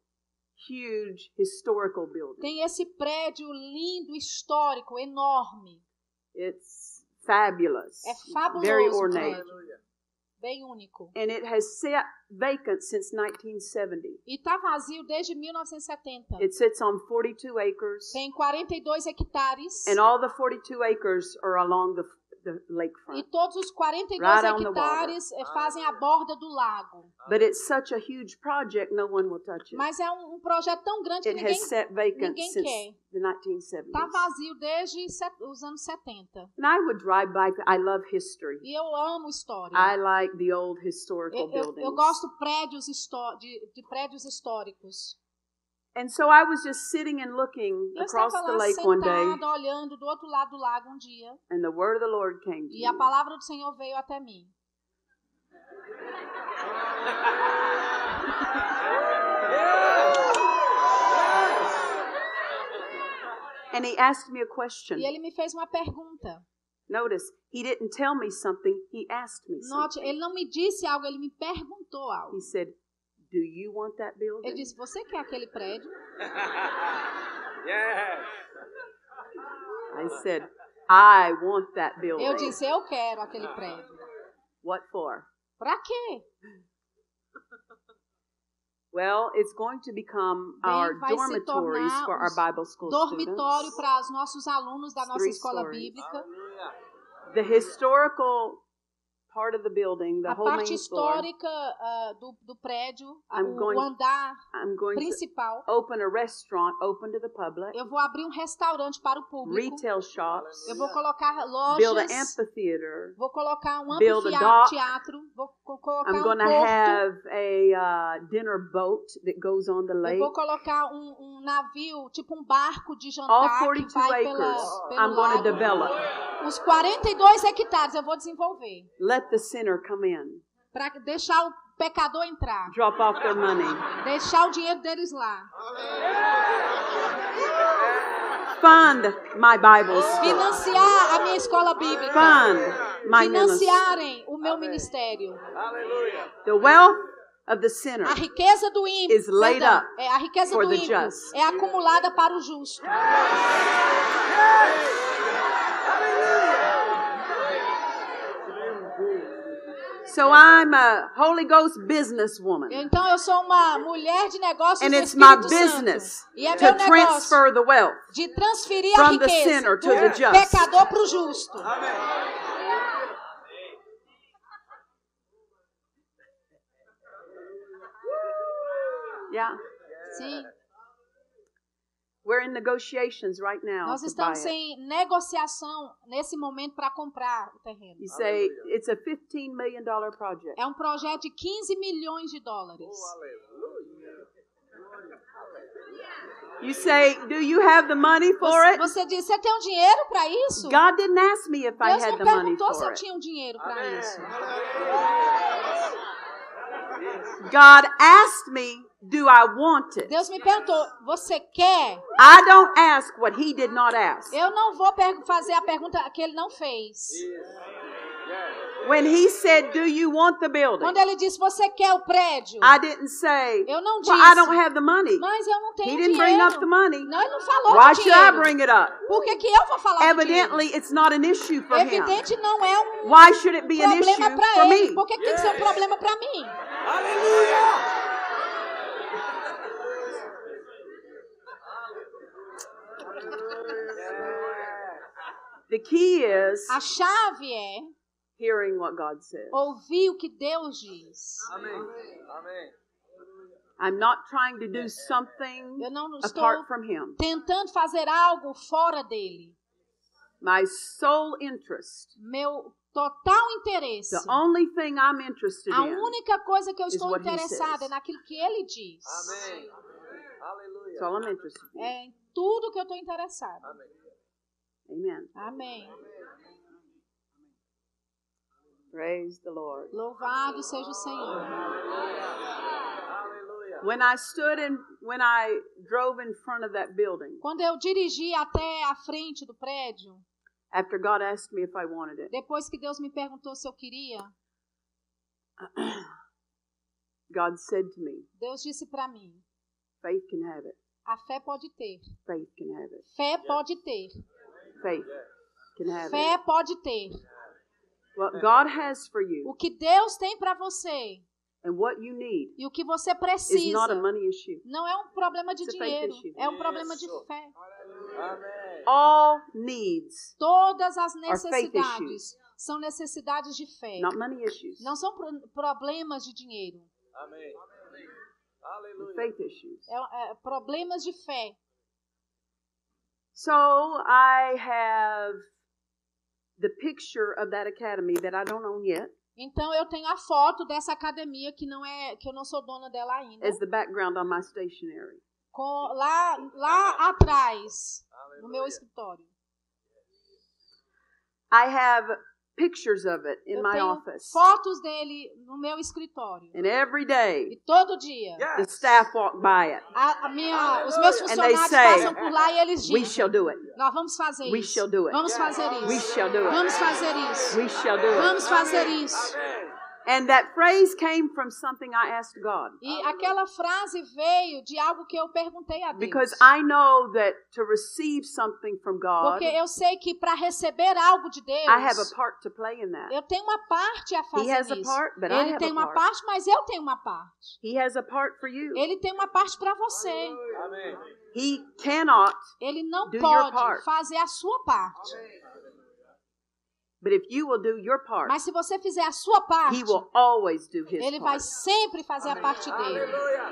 huge historical building. tem esse prédio lindo, histórico, enorme. It's fabulous, É fabuloso, very o ornate. prédio, bem único. And it has sat vacant since 1970. E está vazio desde 1970. It sits on 42 acres. Tem 42 hectares. And all the 42 acres are along the, the E lakefront. todos os 42 Right on the hectares eh, fazem a borda do lago. But it's such a huge project, no one will touch it. Mas é um, um projeto tão grande que It ninguém has sat vacant ninguém since quer. the 1970s. está vazio desde set- os anos 70. And I would drive by, I love history. E eu amo história. I like the old eu, historical eu, buildings. eu gosto prédios histó de, de prédios históricos. And so I was just sitting and looking Eu across estava the lá lake one day, sentada, olhando do outro lado do lago um dia, and the word of the Lord came to e a me. palavra do Senhor veio até mim. And he asked me a question. E ele me fez uma pergunta. Notice, he didn't tell me something, he asked me Note, something. ele não me disse algo, ele me perguntou algo. He said, Do you want that Ele building? disse: Você quer aquele prédio? Yes. I said, I want that building. Eu disse: Eu quero aquele Ah. prédio. What for? Pra quê? Well, it's going to become Bem, our vai se dormitories tornar for our os Bible school Dormitório students. para os nossos alunos da nossa Three escola stories. bíblica. Hallelujah. The historical part of the building, the A whole main parte floor, histórica ah, do, do prédio, a- I'm o, going- o andar I'm going to principal. open a restaurant open to the public, Eu vou abrir um restaurante para o público. retail shops, Eu vou colocar build an lojas. amphitheater. Vou colocar um build a dock. anfiteatro. Vou co- colocar I'm um going to porto. have a uh, dinner boat that goes on the Eu lake. vou colocar um, um navio, tipo um barco de All jantar que 42 vai acres, Oh, pela, I'm pelo going to lago. develop. Os 42 hectares eu vou desenvolver Let the sinner come in, para deixar o pecador entrar, drop off their money. deixar o dinheiro deles lá, Fund my Bible school. financiar a minha escola bíblica, Fund my ministry. financiarem o meu ministério. Hallelujah. The wealth of the sinner A riqueza do ímpio, Is laid perdão, up é, a riqueza for do the ímpio just. é acumulada para o justo. So I'm a Holy Ghost businesswoman. Então eu sou uma mulher de negócios And do it's my Espírito business Santo. E é meu to negócio transfer the wealth. de transferir a from the riqueza sinner to do the just. Ah, pecador para o justo. Amém. Yeah. Sim, We're in negotiations right now. nós to estamos buy it. em negociação nesse momento para comprar o terreno. You say it's a $15 million project. É um projeto de 15 milhões de dólares. You say, Do you have the money for Você, it? você diz, você tem um dinheiro para isso? God didn't ask me if I Deus had não the money perguntou se for eu it. tinha um dinheiro para Amém. isso. God asked me, Do I want it? Deus me perguntou, você quer? I don't ask what He did not ask. Eu não vou per- fazer a pergunta que ele não fez. When He said, Do you want the building? Quando ele disse, você quer o prédio? I didn't say, Eu não Well, I disse. don't have the money. Mas eu não He tenho didn't bring up the dinheiro. money. Não, ele não falou Why de should I dinheiro. bring it up? Por que, que eu vou falar do dinheiro? Evidently, it's not an issue for him. Evidente não é um Why should it be an issue problema para for ele. me? Por que, que tem que ser um problema para mim? Aleluia. The key is A chave é hearing what God says. Oh. ouvir o que Deus diz. Amém. Amém. I'm not trying to do something Eu não estou apart from Him. tentando fazer algo fora dele. My sole interest, Meu total interesse. the only thing I'm interested A in. única coisa que eu é? is estou what he interessada é says. naquilo que ele diz. Amém. That's Aleluia. all I'm interested in. É em tudo que eu estou interessada. Amen. Amém. Praise the Lord. Louvado seja o Senhor. Aleluia. When I stood and when I drove in front of that building, Quando eu dirigi até a frente do prédio, after God asked me if I wanted it, depois que Deus me perguntou se eu queria, God said to me, Deus disse para mim: "Faith can have it. a fé pode ter. Faith can have it. Fé pode ter. Faith can have it." Fé pode ter. What God has for you O que Deus tem para você and what you need e o que você is not a precisa money issue. não é um problema de It's a faith dinheiro, issue. é um problema de Isso. fé. Amém. All needs, Todas as Are faith necessidades são necessidades de fé. not money issues. Não são pro- problemas de dinheiro, Amém. they're Aleluia. Faith issues. é, é problemas de fé. So I have the picture of that academy that I don't own yet Então eu tenho a foto dessa academia que não é que eu não sou dona dela ainda, as the background on my stationery. com- lá lá atrás no meu escritório. I have pictures of it in eu my tenho office. fotos dele no meu escritório And every e day todo dia Yeah. the staff walk by it. a, a minha, os meus And they funcionários say, passam por lá e eles We dizem: shall do it. nós vamos fazer we isso, shall do it. vamos fazer We isso, shall do it. vamos fazer isso, We shall do it. vamos fazer isso. Amém. And that phrase came from something I asked God. E aquela frase veio de algo que eu perguntei a Deus. Because I know that to receive something from God, Porque eu sei que para receber algo de I have a Deus, part to play in that. eu tenho uma parte a fazer has a nisso. part, but I have Ele a tem uma part. parte, mas eu tenho uma parte. He has a part for you. Ele tem uma parte para você. Amém. He cannot, Ele não Do your pode part. fazer a sua parte. but if you will do your part, Mas se você fizer a sua parte, He will always do His ele vai part. sempre fazer a parte dele. Aleluia.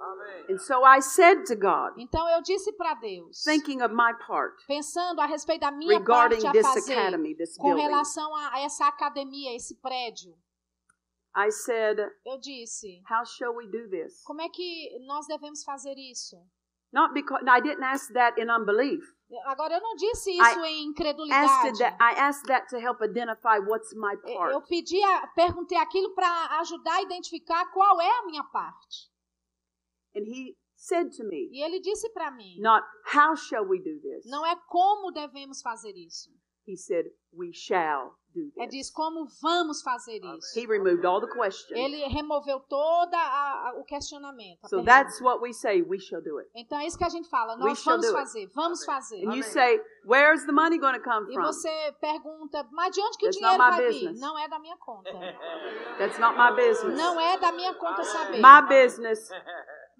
Amém. And so I said to God, Então eu disse para Deus, thinking of my part pensando a respeito da minha regarding parte a this fazer academy, this com building, relação a a essa academia, esse prédio, I said, eu disse, How shall we do this? Como é que nós devemos fazer isso? Not because I didn't ask that in unbelief. Agora, eu não disse isso em Asked it incredulidade. that, I asked that to help identify what's my part. Eu pedi, a, perguntei aquilo para ajudar a identificar qual é a minha parte. And He said to me, E ele disse para mim: not how shall we do this. não é como devemos fazer isso. He said, We shall do É this. diz como vamos fazer Amém. isso. He removed all the questions. Ele removeu todo o questionamento. a So pergunta. that's what we say, we shall do it. Então é isso que a gente fala, We nós shall vamos do it. fazer, vamos fazer. And you Amém. say, Where's the money going to come E from? você pergunta, mas de onde que o That's dinheiro not my vai business. vir? Não é da [laughs] minha conta. That's not my business. Não é da minha conta saber. My business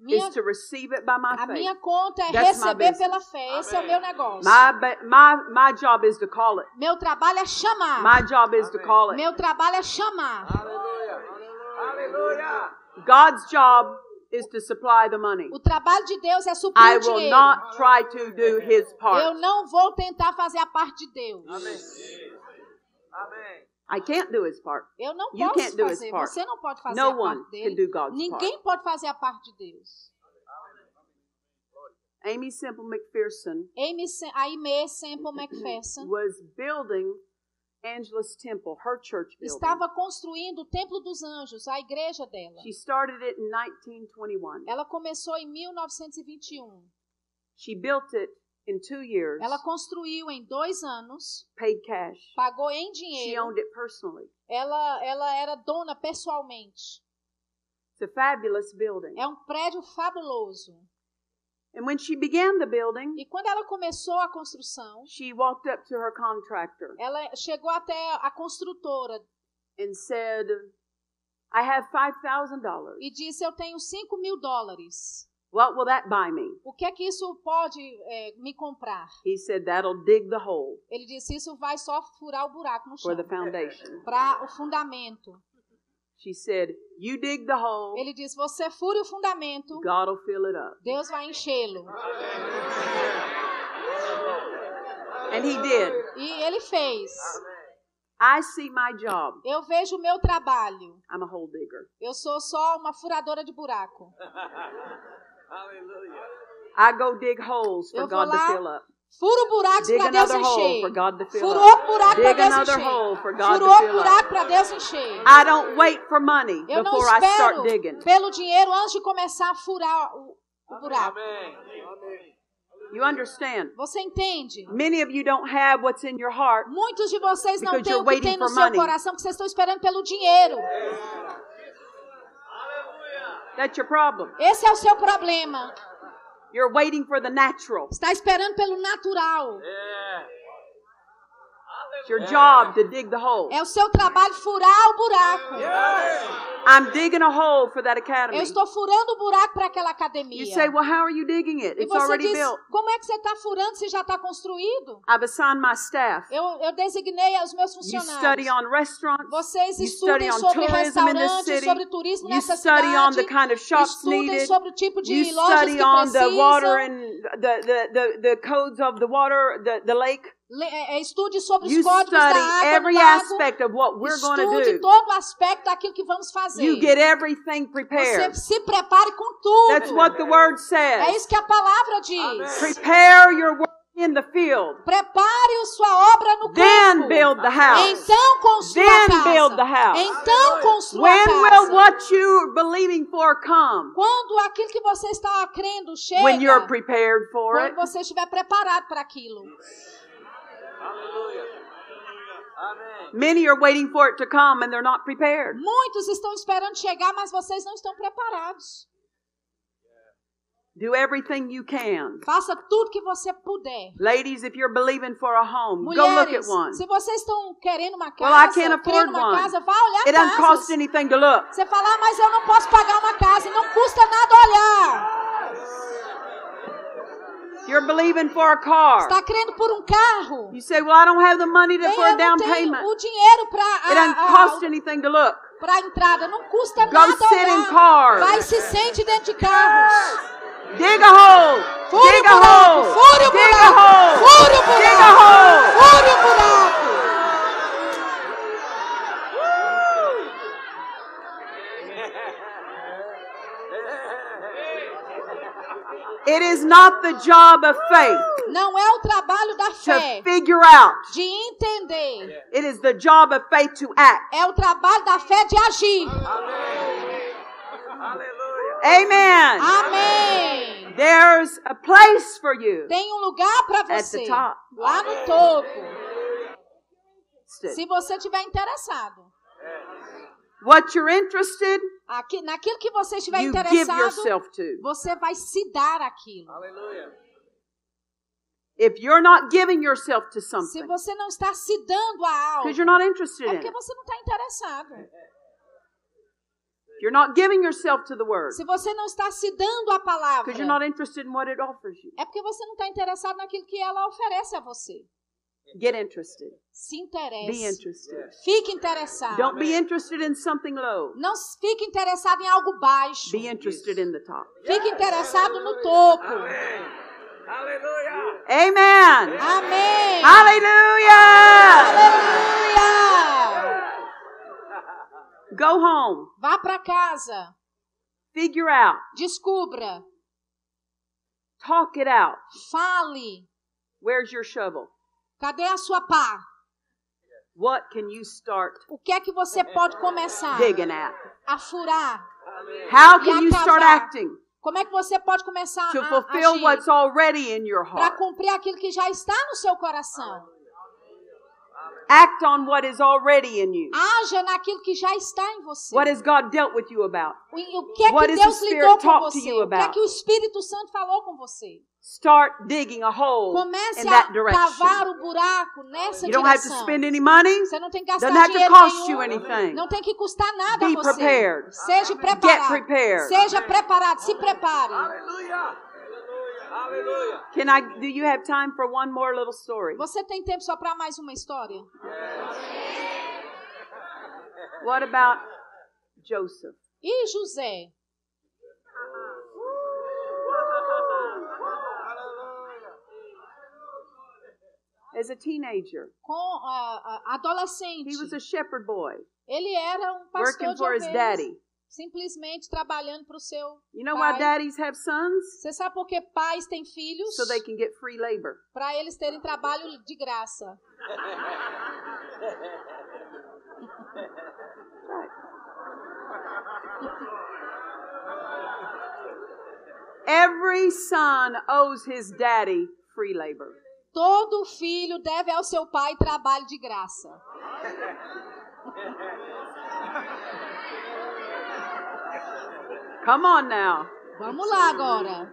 Minha- is to receive it by a my faith. minha conta é That's my receber business. pela fé. Esse é o Amém. meu negócio. My, ba- my, my job is to call it. Meu trabalho é chamar. My job is to Amém. call it. Meu trabalho é chamar. Aleluia. Aleluia. God's job is to supply the money. O trabalho de Deus é suprir I o will dinheiro. not try to do his Eu part. não vou tentar fazer a parte de Deus. Amém. Amém. I can't do his part. Eu não You can't posso do his fazer. part. Você não pode fazer No a one parte can dele. do God's Ninguém pode fazer a parte de Deus. part. Amy Simple McPherson Amy Sem- A Aimee [clears throat] Semple McPherson was building Angela's temple, her church building. estava construindo o Templo dos Anjos, a igreja dela. She started it in 1921. Ela começou em 1921. She built it in two years, Ela construiu em dois anos, paid cash. pagou em She dinheiro. owned it personally. Ela, ela era dona pessoalmente. It's a fabulous building. É um prédio fabuloso. And when she began the building, E quando ela começou a construção, she walked up to her contractor ela chegou até a construtora and said, I have $5,000. e disse: Eu tenho 5 mil dólares. What will that buy me? O que é que isso pode eh, me comprar? He said, That'll dig the hole Ele disse: Isso vai só furar o buraco no for chão the foundation. para o fundamento. She said, You dig the hole, Ele disse: Você fure o fundamento, God will fill it up. Deus vai enchê-lo. And he did. E ele fez. I see my job. Eu vejo o meu trabalho. I'm a hole digger. Eu sou só uma furadora de buraco. Aleluia. I go dig holes for Eu God vou to lá, fill up. Furo buracos Dig para Deus another hole encher. for God to fill Furou up. o buraco para Dig Deus another encher. hole for God to Furou fill up. o buraco para Deus encher. I don't wait for money Eu não before I start digging. espero pelo dinheiro antes de começar a furar o, o buraco. Amém. You understand? Você entende? Many of you don't have what's in your heart. Muitos de vocês não Because têm you're o que waiting tem no for seu money. coração, que vocês estão esperando pelo dinheiro. That's your problem. Esse é o seu problema. You're waiting for the natural. Está esperando pelo natural. É. It's your job to dig the hole. É o seu trabalho furar o buraco. I'm digging a hole for that Eu academy. estou furando o buraco para aquela You academia. say, well, how are you digging it? e It's você already diz, built. como é que você está furando se já está construído? I've assigned my staff. Eu, eu designei os meus You funcionários. study on restaurants. Vocês You study estudem on sobre tourism in this restaurantes, city. sobre turismo You nessa study on the cidade. kind of shops Estudem needed. sobre o tipo de You lojas study que on the water precisam. and the, the, the, the codes of the water, the, the lake. Le- é, é, Estude sobre You os códigos study da água, every do lago. aspect of what we're going to Estude do. todo o aspecto daquilo que vamos fazer. You get everything prepared. Você se prepare com tudo. That's what the word É says. isso que a palavra diz. Prepare your work in the field. Prepare sua obra no Then campo. build the house. Então construa a Then casa. build the house. Então construa a When casa. will what you're believing for come? Quando aquilo que você está crendo chega, When you're prepared for it. quando você estiver preparado para aquilo. Aleluia. Amém. Many are waiting for it to come and they're not prepared. Muitos estão esperando chegar, mas vocês não estão preparados. Do everything you can. Faça tudo que você puder. Ladies, if you're believing for a home, go look at Mulheres, one. se vocês estão querendo uma Well, I casa, can't afford querendo uma one. casa, vá olhar It doesn't cost casas. anything to look. Você fala, ah, mas eu não posso pagar uma casa. Não custa nada olhar. You're believing for a car. Está crendo por um carro. You say, well, I don't have the money to, Bem, for a eu não down tenho payment. o dinheiro It doesn't cost para anything to look. a, entrada. Não custa Go nada sit in olhar. cars. Vai se sente dentro de carros. Dig a hole. Fure o Dig a buraco. hole. Fure o Dig a buraco. hole. Fure o Dig a buraco. hole. Fure o buraco. It is not the job of faith Não é o trabalho da to fé figure out. de entender. It is the job of faith to act. É o trabalho da fé de agir. Aleluia. Ah. Amen. Amém. There's a place for you Tem um lugar para at você. the top. Lá no topo. interested. Se você tiver interessado, What you're interested, aqui, naquilo que você estiver you give interessado, yourself to. você vai se dar aquilo. Aleluia. If you're not giving yourself to Se something, você não está se dando a algo, because you're not interested in é it, porque você não está interessado. you're not giving yourself to the word, Se você não está se dando a palavra, because you're not interested in what it offers you. é porque você não está interessado naquilo que ela oferece a você. Get interested. Se Be interesse. interested. Fique interessado. Don't be interested in something low. Não s- fique interessado em algo baixo. Be interested in the top. Fique interessado no topo. Amém. Aleluia. Amen. Amém. Hallelujah. Aleluia. Go home. Vá para casa. Figure out. Descubra. Talk it out. Fale. Where's your shovel? Cadê a sua pá? What can you start O que é que você pode começar digging at? a furar? Amém. How can you start acabar. acting Como é que você pode começar to a fulfill what's agir already in your para heart? cumprir aquilo que já está no seu coração? Act on what is already in you. Haja naquilo que já está em você. What has God dealt with you about? O o que é What que is Deus the lidou Spirit com talk to você? you O que é about? que o Espírito Santo falou com você? Start digging a hole Comece in a that direction. cavar o buraco nessa You don't have to direção. spend any money. Você não tem que gastar Doesn't have to dinheiro cost nenhum. you anything. Não tem que custar nada Be a você. prepared. Seja preparado. prepared. Seja preparado. Se prepare. Aleluia. Aleluia. Can I? Do you have time for one more little story? Você tem tempo só para mais uma história? What about Joseph? E José? As a teenager, Com a, a- adolescente. he was a shepherd boy Ele era um pastor working de for his ovelhas. daddy. Simplesmente trabalhando para o seu You know pai. why daddies have sons? Você sabe por que pais têm filhos? So they can get free labor. Para eles terem trabalho de graça. Every son owes his daddy free labor. Todo filho deve ao seu pai trabalho de graça. Come on now. Vamos lá agora.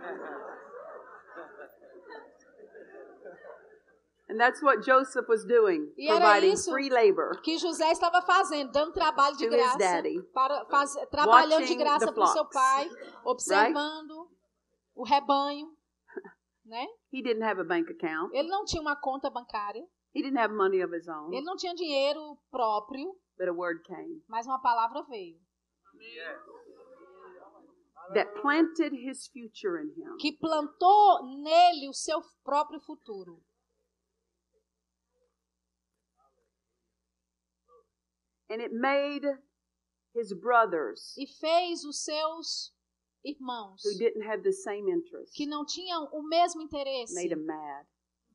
And that's what Joseph was doing, Y era providing isso free labor. O que José estava fazendo? Dando trabalho de To his graça. daddy. Para, faz, trabalhando de Watching graça the para o seu flocks. pai, observando o rebanho. Né? He didn't have a bank account. Ele não tinha uma conta bancária, He didn't have money of his own. ele não tinha dinheiro próprio, But a word came mas uma palavra veio that planted his future in him. que plantou nele o seu próprio futuro. And it made his brothers e fez os seus irmãos who didn't have the same interest que não tinham o mesmo interesse made him mad.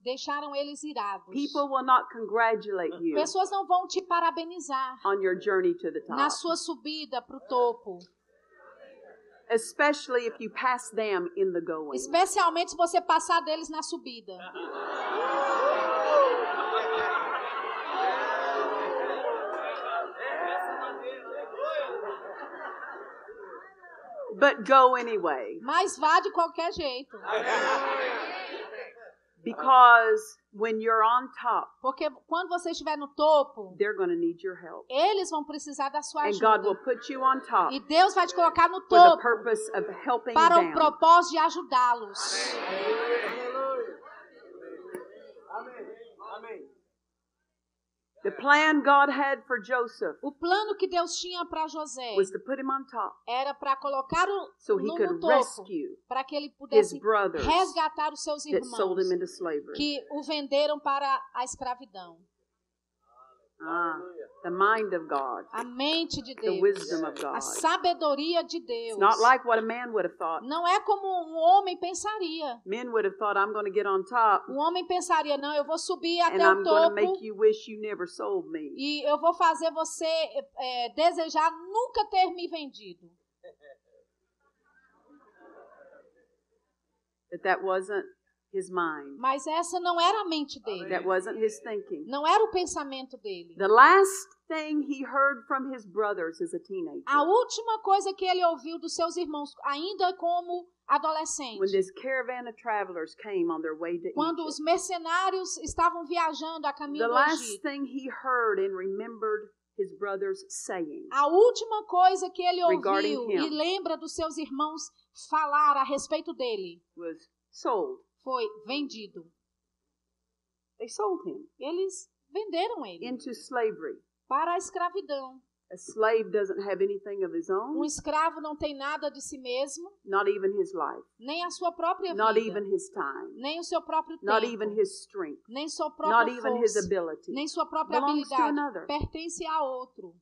deixaram eles irados. People will not congratulate you Pessoas não vão te parabenizar on your journey to the na top, sua subida para o topo, especially if you pass them in the going. especialmente se você passar deles na subida. But go anyway, Mas vá de qualquer jeito, because when you're on top, porque quando você estiver no topo, they're going to need your help. eles vão precisar da sua And God will ajuda. put you on top E Deus vai te colocar no for the topo purpose of helping para o them. propósito de ajudá-los. The plan God had for Joseph O plano que Deus tinha para José was to put him on top era para colocar o so he no, no could topo rescue para que ele his pudesse brothers resgatar os seus that sold him irmãos into slavery. que o venderam para a escravidão. Ah, the mind of God, A mente de the Deus, wisdom of God. a sabedoria de It's Deus. not like what a man would have thought. Não é como um homem pensaria. Men would have thought, I'm going to get on top O homem pensaria, não, eu vou subir and até o I'm going to make topo you wish you never sold me. e eu vou fazer você é, é, desejar nunca ter me vendido. But that wasn't his mind. Mas essa não era a mente dele. That wasn't his thinking. Não era o pensamento dele. The last thing he heard from his brothers as a teenager A última coisa que ele ouviu dos seus irmãos, ainda como when adolescente, this caravan of travelers came on their way to quando os Egypt. mercenários estavam viajando a The caminho do last Egito, thing he heard and remembered his brothers saying a última coisa que ele Regarding ouviu him. e lembra dos seus irmãos falar a respeito dele was sold. foi vendido. They sold him Eles venderam ele into slavery. para a escravidão. A slave doesn't have anything of his Um own, escravo não tem nada de si mesmo, not even his life, nem a sua própria not vida, even his time, nem o seu próprio not even tempo, his strength, nem sua not própria even his força. ability. nem sua própria Belongs to habilidade. another. Pertence a outro.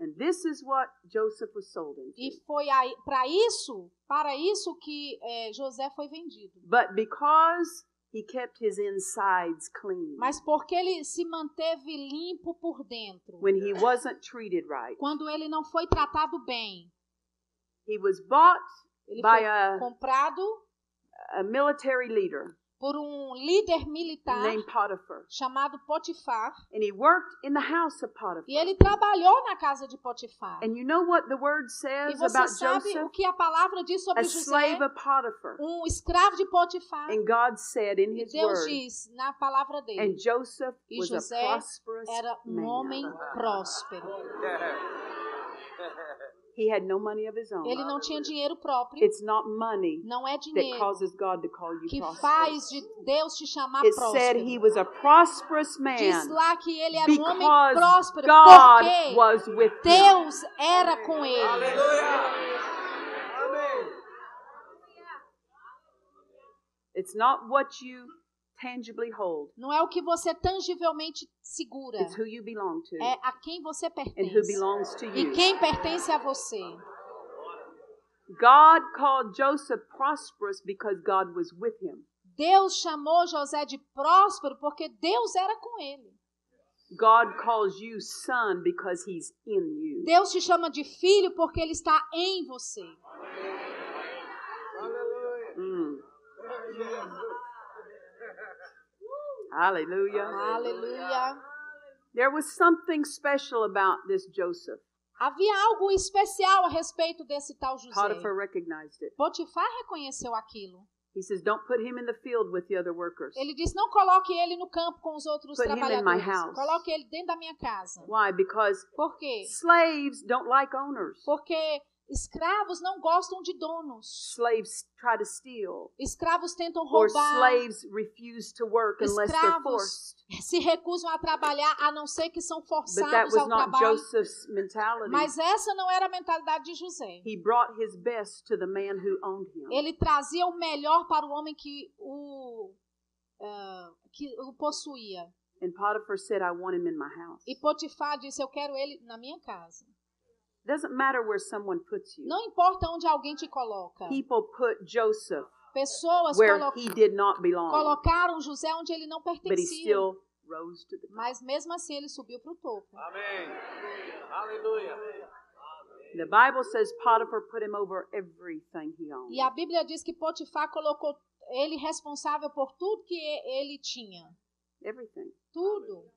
And this is what Joseph was sold E into. foi para isso, para isso que eh, José foi vendido. But because he kept his insides clean, Mas porque ele se manteve limpo por dentro, when he wasn't treated right, quando ele não foi tratado bem, he was bought ele by foi a, comprado a military leader por um líder militar named Potiphar. chamado Potifar, And he worked in the house of Potiphar. e ele trabalhou na casa de Potifar. And you know what the word E says você about sabe o Joseph? que a palavra diz sobre A slave José? of Potiphar. Um escravo de Potifar. And God said in E his Deus word, diz na palavra dele. and Joseph E was José a prosperous era um homem man. próspero. He had no money of his own. Ele não tinha dinheiro próprio. It's not money Não é that dinheiro causes God to call you que prosperous. faz de Deus te chamar It said he próspero. was a prosperous Diz man lá que ele era um homem because próspero God porque was with him. Deus era com ele. Amém. It's not what you tangibly hold. Não é o que você tangivelmente segura. It's who you belong É to a quem você and who pertence. belongs to E you. quem pertence a você. God called Joseph prosperous because God was with him. Deus chamou José de próspero porque Deus era com ele. God calls you son because he's in you. Deus te chama de filho porque ele está em você. Aleluia. Mm. Hallelujah. Aleluia. There was something special about this Joseph. Havia algo especial a respeito desse tal José. Potiphar recognized it. Potifar reconheceu aquilo. He says, Don't put him in the field with the other workers. Ele disse: Não coloque ele no campo com os outros Put him in trabalhadores. my house." Coloque ele dentro da minha casa. Why? Because Por quê? slaves don't like owners. Porque escravos não gostam de donos. Slaves try to steal, Escravos tentam or roubar. slaves refuse to work unless they're Escravos forced. se recusam a trabalhar a não ser que são But that forçados was ao not trabalho. Joseph's mentality. Mas essa não era a mentalidade de José. He brought his best to the man who owned him. Ele trazia o melhor para o homem que o, ah, que o possuía. And Potiphar said, I want him in my house. E Potifar disse: Eu quero ele na minha casa. doesn't matter where someone puts you. Não importa onde alguém te coloca. People put Joseph Pessoas where colo- he did not belong, colocaram José onde ele não but he pertencia. still rose to the top. Mas mesmo assim ele subiu para o topo. Amém. Aleluia. The Bible says Potiphar put him over everything he owned. E a Bíblia diz que Potifar colocou ele responsável por tudo que e- ele tinha. Everything. Tudo.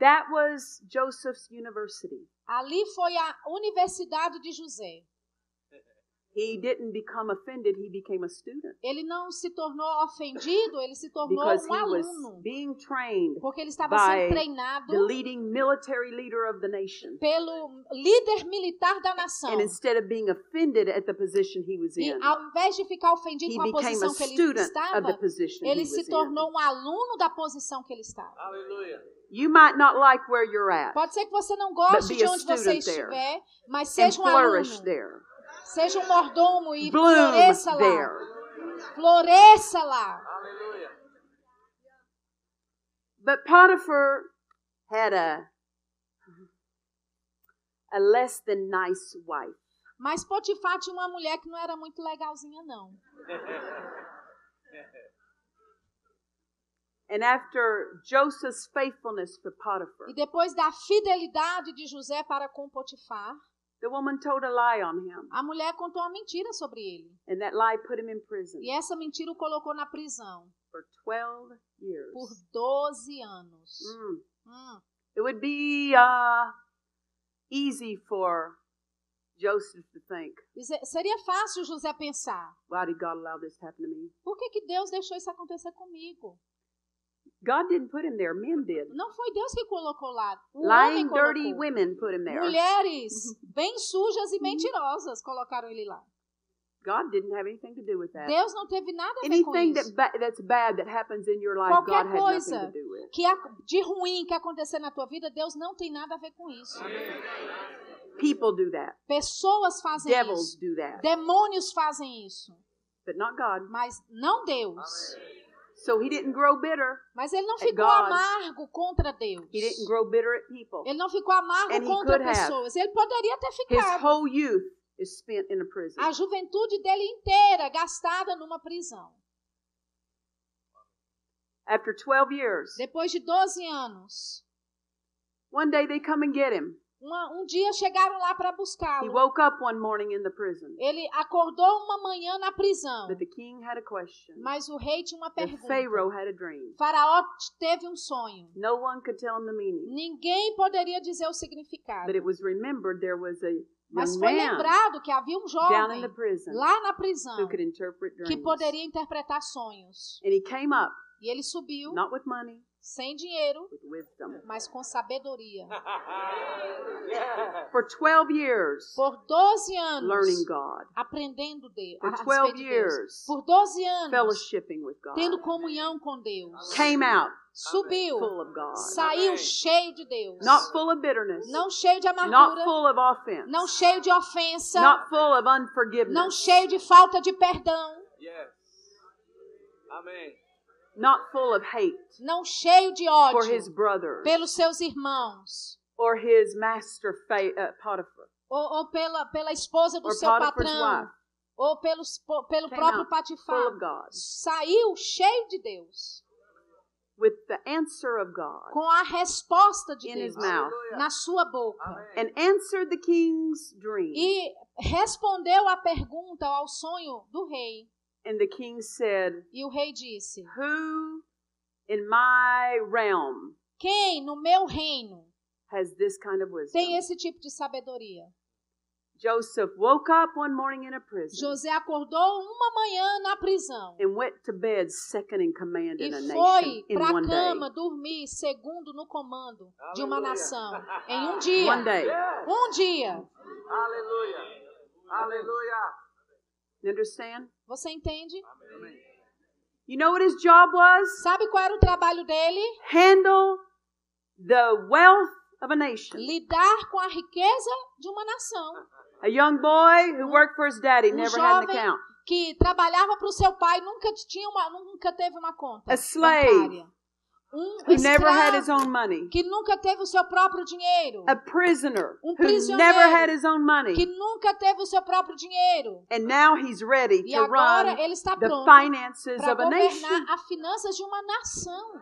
That was Joseph's university. Ali foi a universidade de José. He didn't become offended, he became a student Ele não se tornou ofendido, ele se tornou because he um was aluno. being trained Porque ele by estava sendo treinado the leading military leader of the nation. pelo líder militar da nação. And instead of being offended at the position he was E in, ao invés de ficar ofendido he com a became a posição que ele student of the estava, position he ele se was in. tornou um aluno da posição que ele estava. Aleluia. You might not like where you're at Pode ser que você não goste be de a onde você student there. estiver, mas and seja um flourish aluno, there. seja um mordomo e Bloom floresça there. lá. Floresça lá. Aleluia. But Potiphar had a a less than nice wife. Mas Potifar tinha uma mulher que não era muito legalzinha, não. And after Joseph's faithfulness for Potiphar, E depois da fidelidade de José para com Potifar, The woman told a lie on him, A mulher contou uma mentira sobre ele. and that lie put him in prison E essa mentira o colocou na prisão for 12 years. por 12 anos. Mm. Hum. It would be uh, easy for Joseph to think, E se- Seria fácil José pensar: why did God allow this to happen to me? por que, que Deus deixou isso acontecer comigo? God didn't put him there, men did. Não foi Deus que colocou lá. O homem Lying, colocou. dirty women put him there. [laughs] Mulheres bem sujas e mentirosas colocaram ele lá. God didn't have anything to do with that. Deus não teve nada a ver com Anything isso. that ba- that's bad that happens in your life, Qualquer God had nothing coisa. to do with. Que a- de ruim que acontecer na tua vida, Deus não tem nada a ver com isso. People do that. Pessoas fazem Devils isso. do that. Demônios fazem isso. But not God. Mas não Deus. So he didn't grow bitter. Mas ele não At ficou God. amargo contra Deus. He didn't grow bitter at people. Ele não ficou amargo And he contra could have. pessoas. Ele poderia ter His ficado. whole youth is spent in a prison. A juventude dele inteira gastada numa prisão. After 12 years, Depois de 12 anos, one day they come and get him. uma- um dia chegaram lá para He buscá-lo. woke up one morning in the prison, Ele acordou uma manhã na prisão, but the king had a question. mas o rei tinha uma The pergunta. Pharaoh had a dream. Faraó t- teve um sonho. No one could tell him the meaning, Ninguém poderia dizer o significado, but it was remembered there was a mas young foi man lembrado que havia um down in the jovem prison lá na prisão who could interpret que dreams. poderia interpretar sonhos. And he came up, E ele subiu not with money, sem dinheiro, with wisdom. mas com sabedoria. Ah. Yeah. [laughs] For 12 years, Por 12 anos learning God, aprendendo de, a For respeito 12 de Deus. years. Por 12 anos fellowshipping with God, tendo comunhão com Deus. came out Subiu, full of God, saiu cheio de Deus. not full of bitterness, Não cheio de not amargura, full of offense, não cheio de ofensa, not full of não unforgiveness, cheio de falta de perdão, Yes. Amém. not full of hate não cheio de for his ódio brothers. pelos seus irmãos or his master Fa- uh, Potiphar, ou, ou pela, pela esposa do or seu Potiphar's patrão wife, ou pelo, pelo Came próprio out full of Patifar. God, Saiu cheio de Deus, with the answer of God, com a resposta de In his Deus mouth. na sua boca. Amém. and answered the king's dream. E respondeu a pergunta ao sonho do rei. and the king said, E o rei disse: "Who in my realm Quem no meu reino has this kind of wisdom?" tem esse tipo de sabedoria? Joseph woke up one morning in a prison José acordou uma manhã na prisão and went to bed second in command e in a foi nation in para a one cama dormir segundo no comando de uma Aleluia. nação em [laughs] day. um dia. One day. Yes. Um dia. Aleluia. Aleluia. You understand? Você entende? Amém. You know what his job was? Sabe qual era o trabalho dele? Handle the wealth of a nation. Lidar com a riqueza de uma nação. A young boy who worked for his daddy Um never had an jovem account. que trabalhava para o seu pai nunca tinha uma, nunca teve uma conta A slave bancária. Um Who never had his escravo own money. que nunca teve o seu próprio dinheiro, A prisoner Um who prisioneiro never had his own que money. nunca teve o seu próprio dinheiro. And now he's ready E to run agora ele está the pronto finances para of a nation. governar as finanças de uma nação.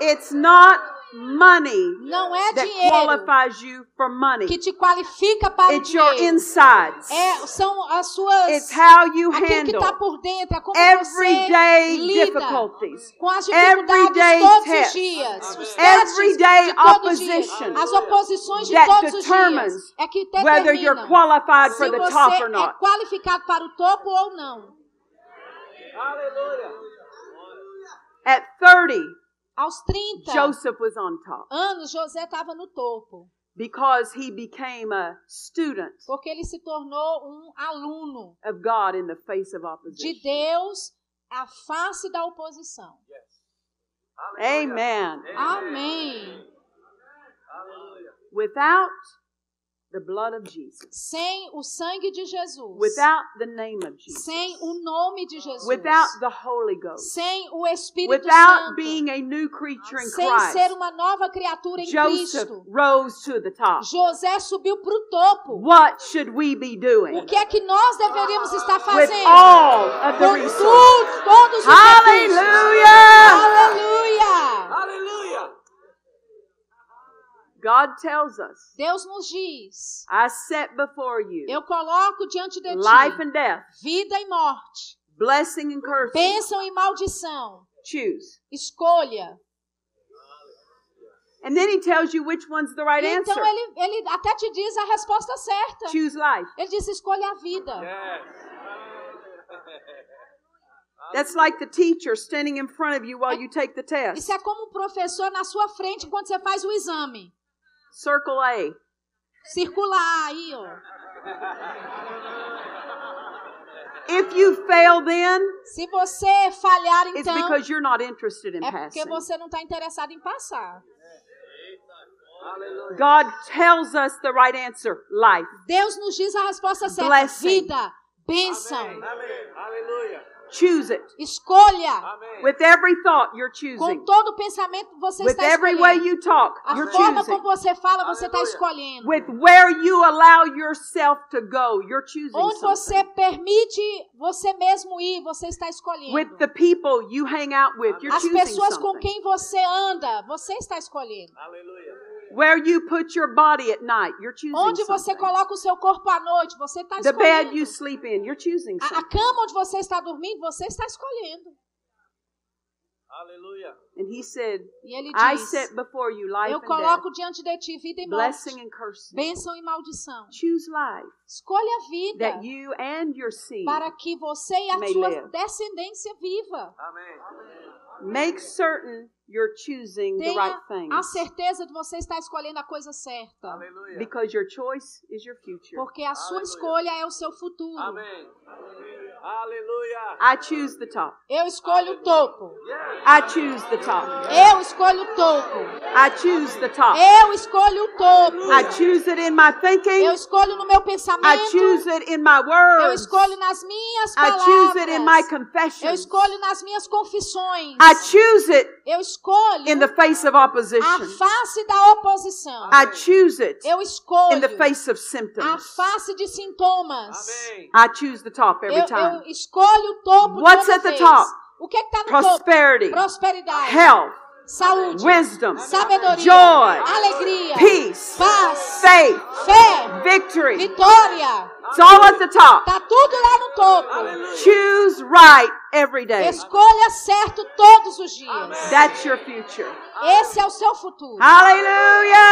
It's not money Não é that dinheiro qualifies you for que money. te qualifica para It's o your dinheiro. insides. É, são as suas It's how you aquilo que está handle por dentro, é como você everyday lida difficulties. com as dificuldades everyday todos os tests, dias, os testes everyday de todos os dias, opposition as oposições de that todos os dias, determines é que Whether you're determinam qualified for se the top você or é not. qualificado para o topo ou não. Aleluia. At 30, Aos 30 Joseph was on top anos, José estava no topo. because he became a student Porque ele se tornou um aluno of God in the face of de opposition. Deus à face da oposição. Aleluia. Amen. Amém. Aleluia. Without the blood of Jesus, Sem o sangue de Jesus. without the name of Jesus, sem o nome de Jesus. without the Holy Ghost, sem o Espírito without Santo. being a new creature in sem Christ, ser uma nova criatura em Joseph Cristo. rose to the top. José subiu para o topo. What should we be O doing que é que nós deveríamos estar with fazendo? all of the Com resources? tudo, todos os recursos. Hallelujah! Aleluia! Aleluia. God tells us, Deus nos diz: I set before you Eu coloco diante de life ti and death, vida e morte, blessing and cursing. bênção e maldição. Choose. Escolha. And then he tells you which one's the right answer. Então ele, ele até te diz a resposta certa. Choose life. Ele diz: escolha a vida. That's like the teacher standing in front of you while you take the test. Isso é como um professor na sua frente enquanto você faz o exame. Circle A. Circula A aí, ó. If you fail then, Se você falhar, it's então, because you're not interested in é porque passing. você não está interessado em passar. Aleluia. God tells us the right answer, life. Deus nos diz a resposta certa: Blessing. vida, bênção. Amém. Aleluia. Choose it. Escolha. Amém. With every thought you're Com choosing. todo pensamento você With está every way escolhendo. you talk, A you're forma como choosing. você fala, você está Aleluia. escolhendo. With where you allow yourself to go, you're choosing Onde você something. permite você mesmo ir, você está escolhendo. With the people you hang out with, you're As choosing pessoas com something. quem você anda, você está escolhendo. Aleluia. Where you put your body at night, you're Onde choosing você something. coloca o seu corpo à noite, você está é. The bed escolhendo. you sleep in, you're choosing A, a something. cama onde você está dormindo, você está escolhendo. Aleluia. And he said, E ele I diz: set before you life Eu and death, coloco diante de ti vida e blessing morte, and cursing. bênção e maldição. Choose life Escolha a vida that you and your seed para que você e a may sua live. descendência viva. Amém. make certain you're choosing the right Tenha a things certeza de você estar escolhendo a coisa certa. Aleluia. because your choice is your future. Porque a sua Aleluia. escolha é o seu futuro. Amém. Aleluia. I choose the top. Eu escolho o topo. Yes. I choose the top. Eu escolho o topo. I choose the top. Eu escolho o topo. I choose it in my Eu thinking. escolho no I meu pensamento. choose it in my Eu words. escolho nas minhas I choose it in my palavras. Eu confession. escolho nas minas confissões. I choose it Eu escolho in the face of a opposition. face da oposição. I choose it Eu escolho in the face of a symptoms. face de sintomas. Amém. I choose the top every Eu, time. eu escolho o topo What's toda at the vez. top? O que está no topo? Prosperity, Prosperidade, health, saúde, wisdom, sabedoria, joy, alegria, peace, paz, faith, fé, victory. vitória. It's all at the top. Tá tudo lá no topo. Aleluia. Choose right every day. Escolha certo todos os dias. That's your future. Ah, Esse é o seu futuro. Hallelujah!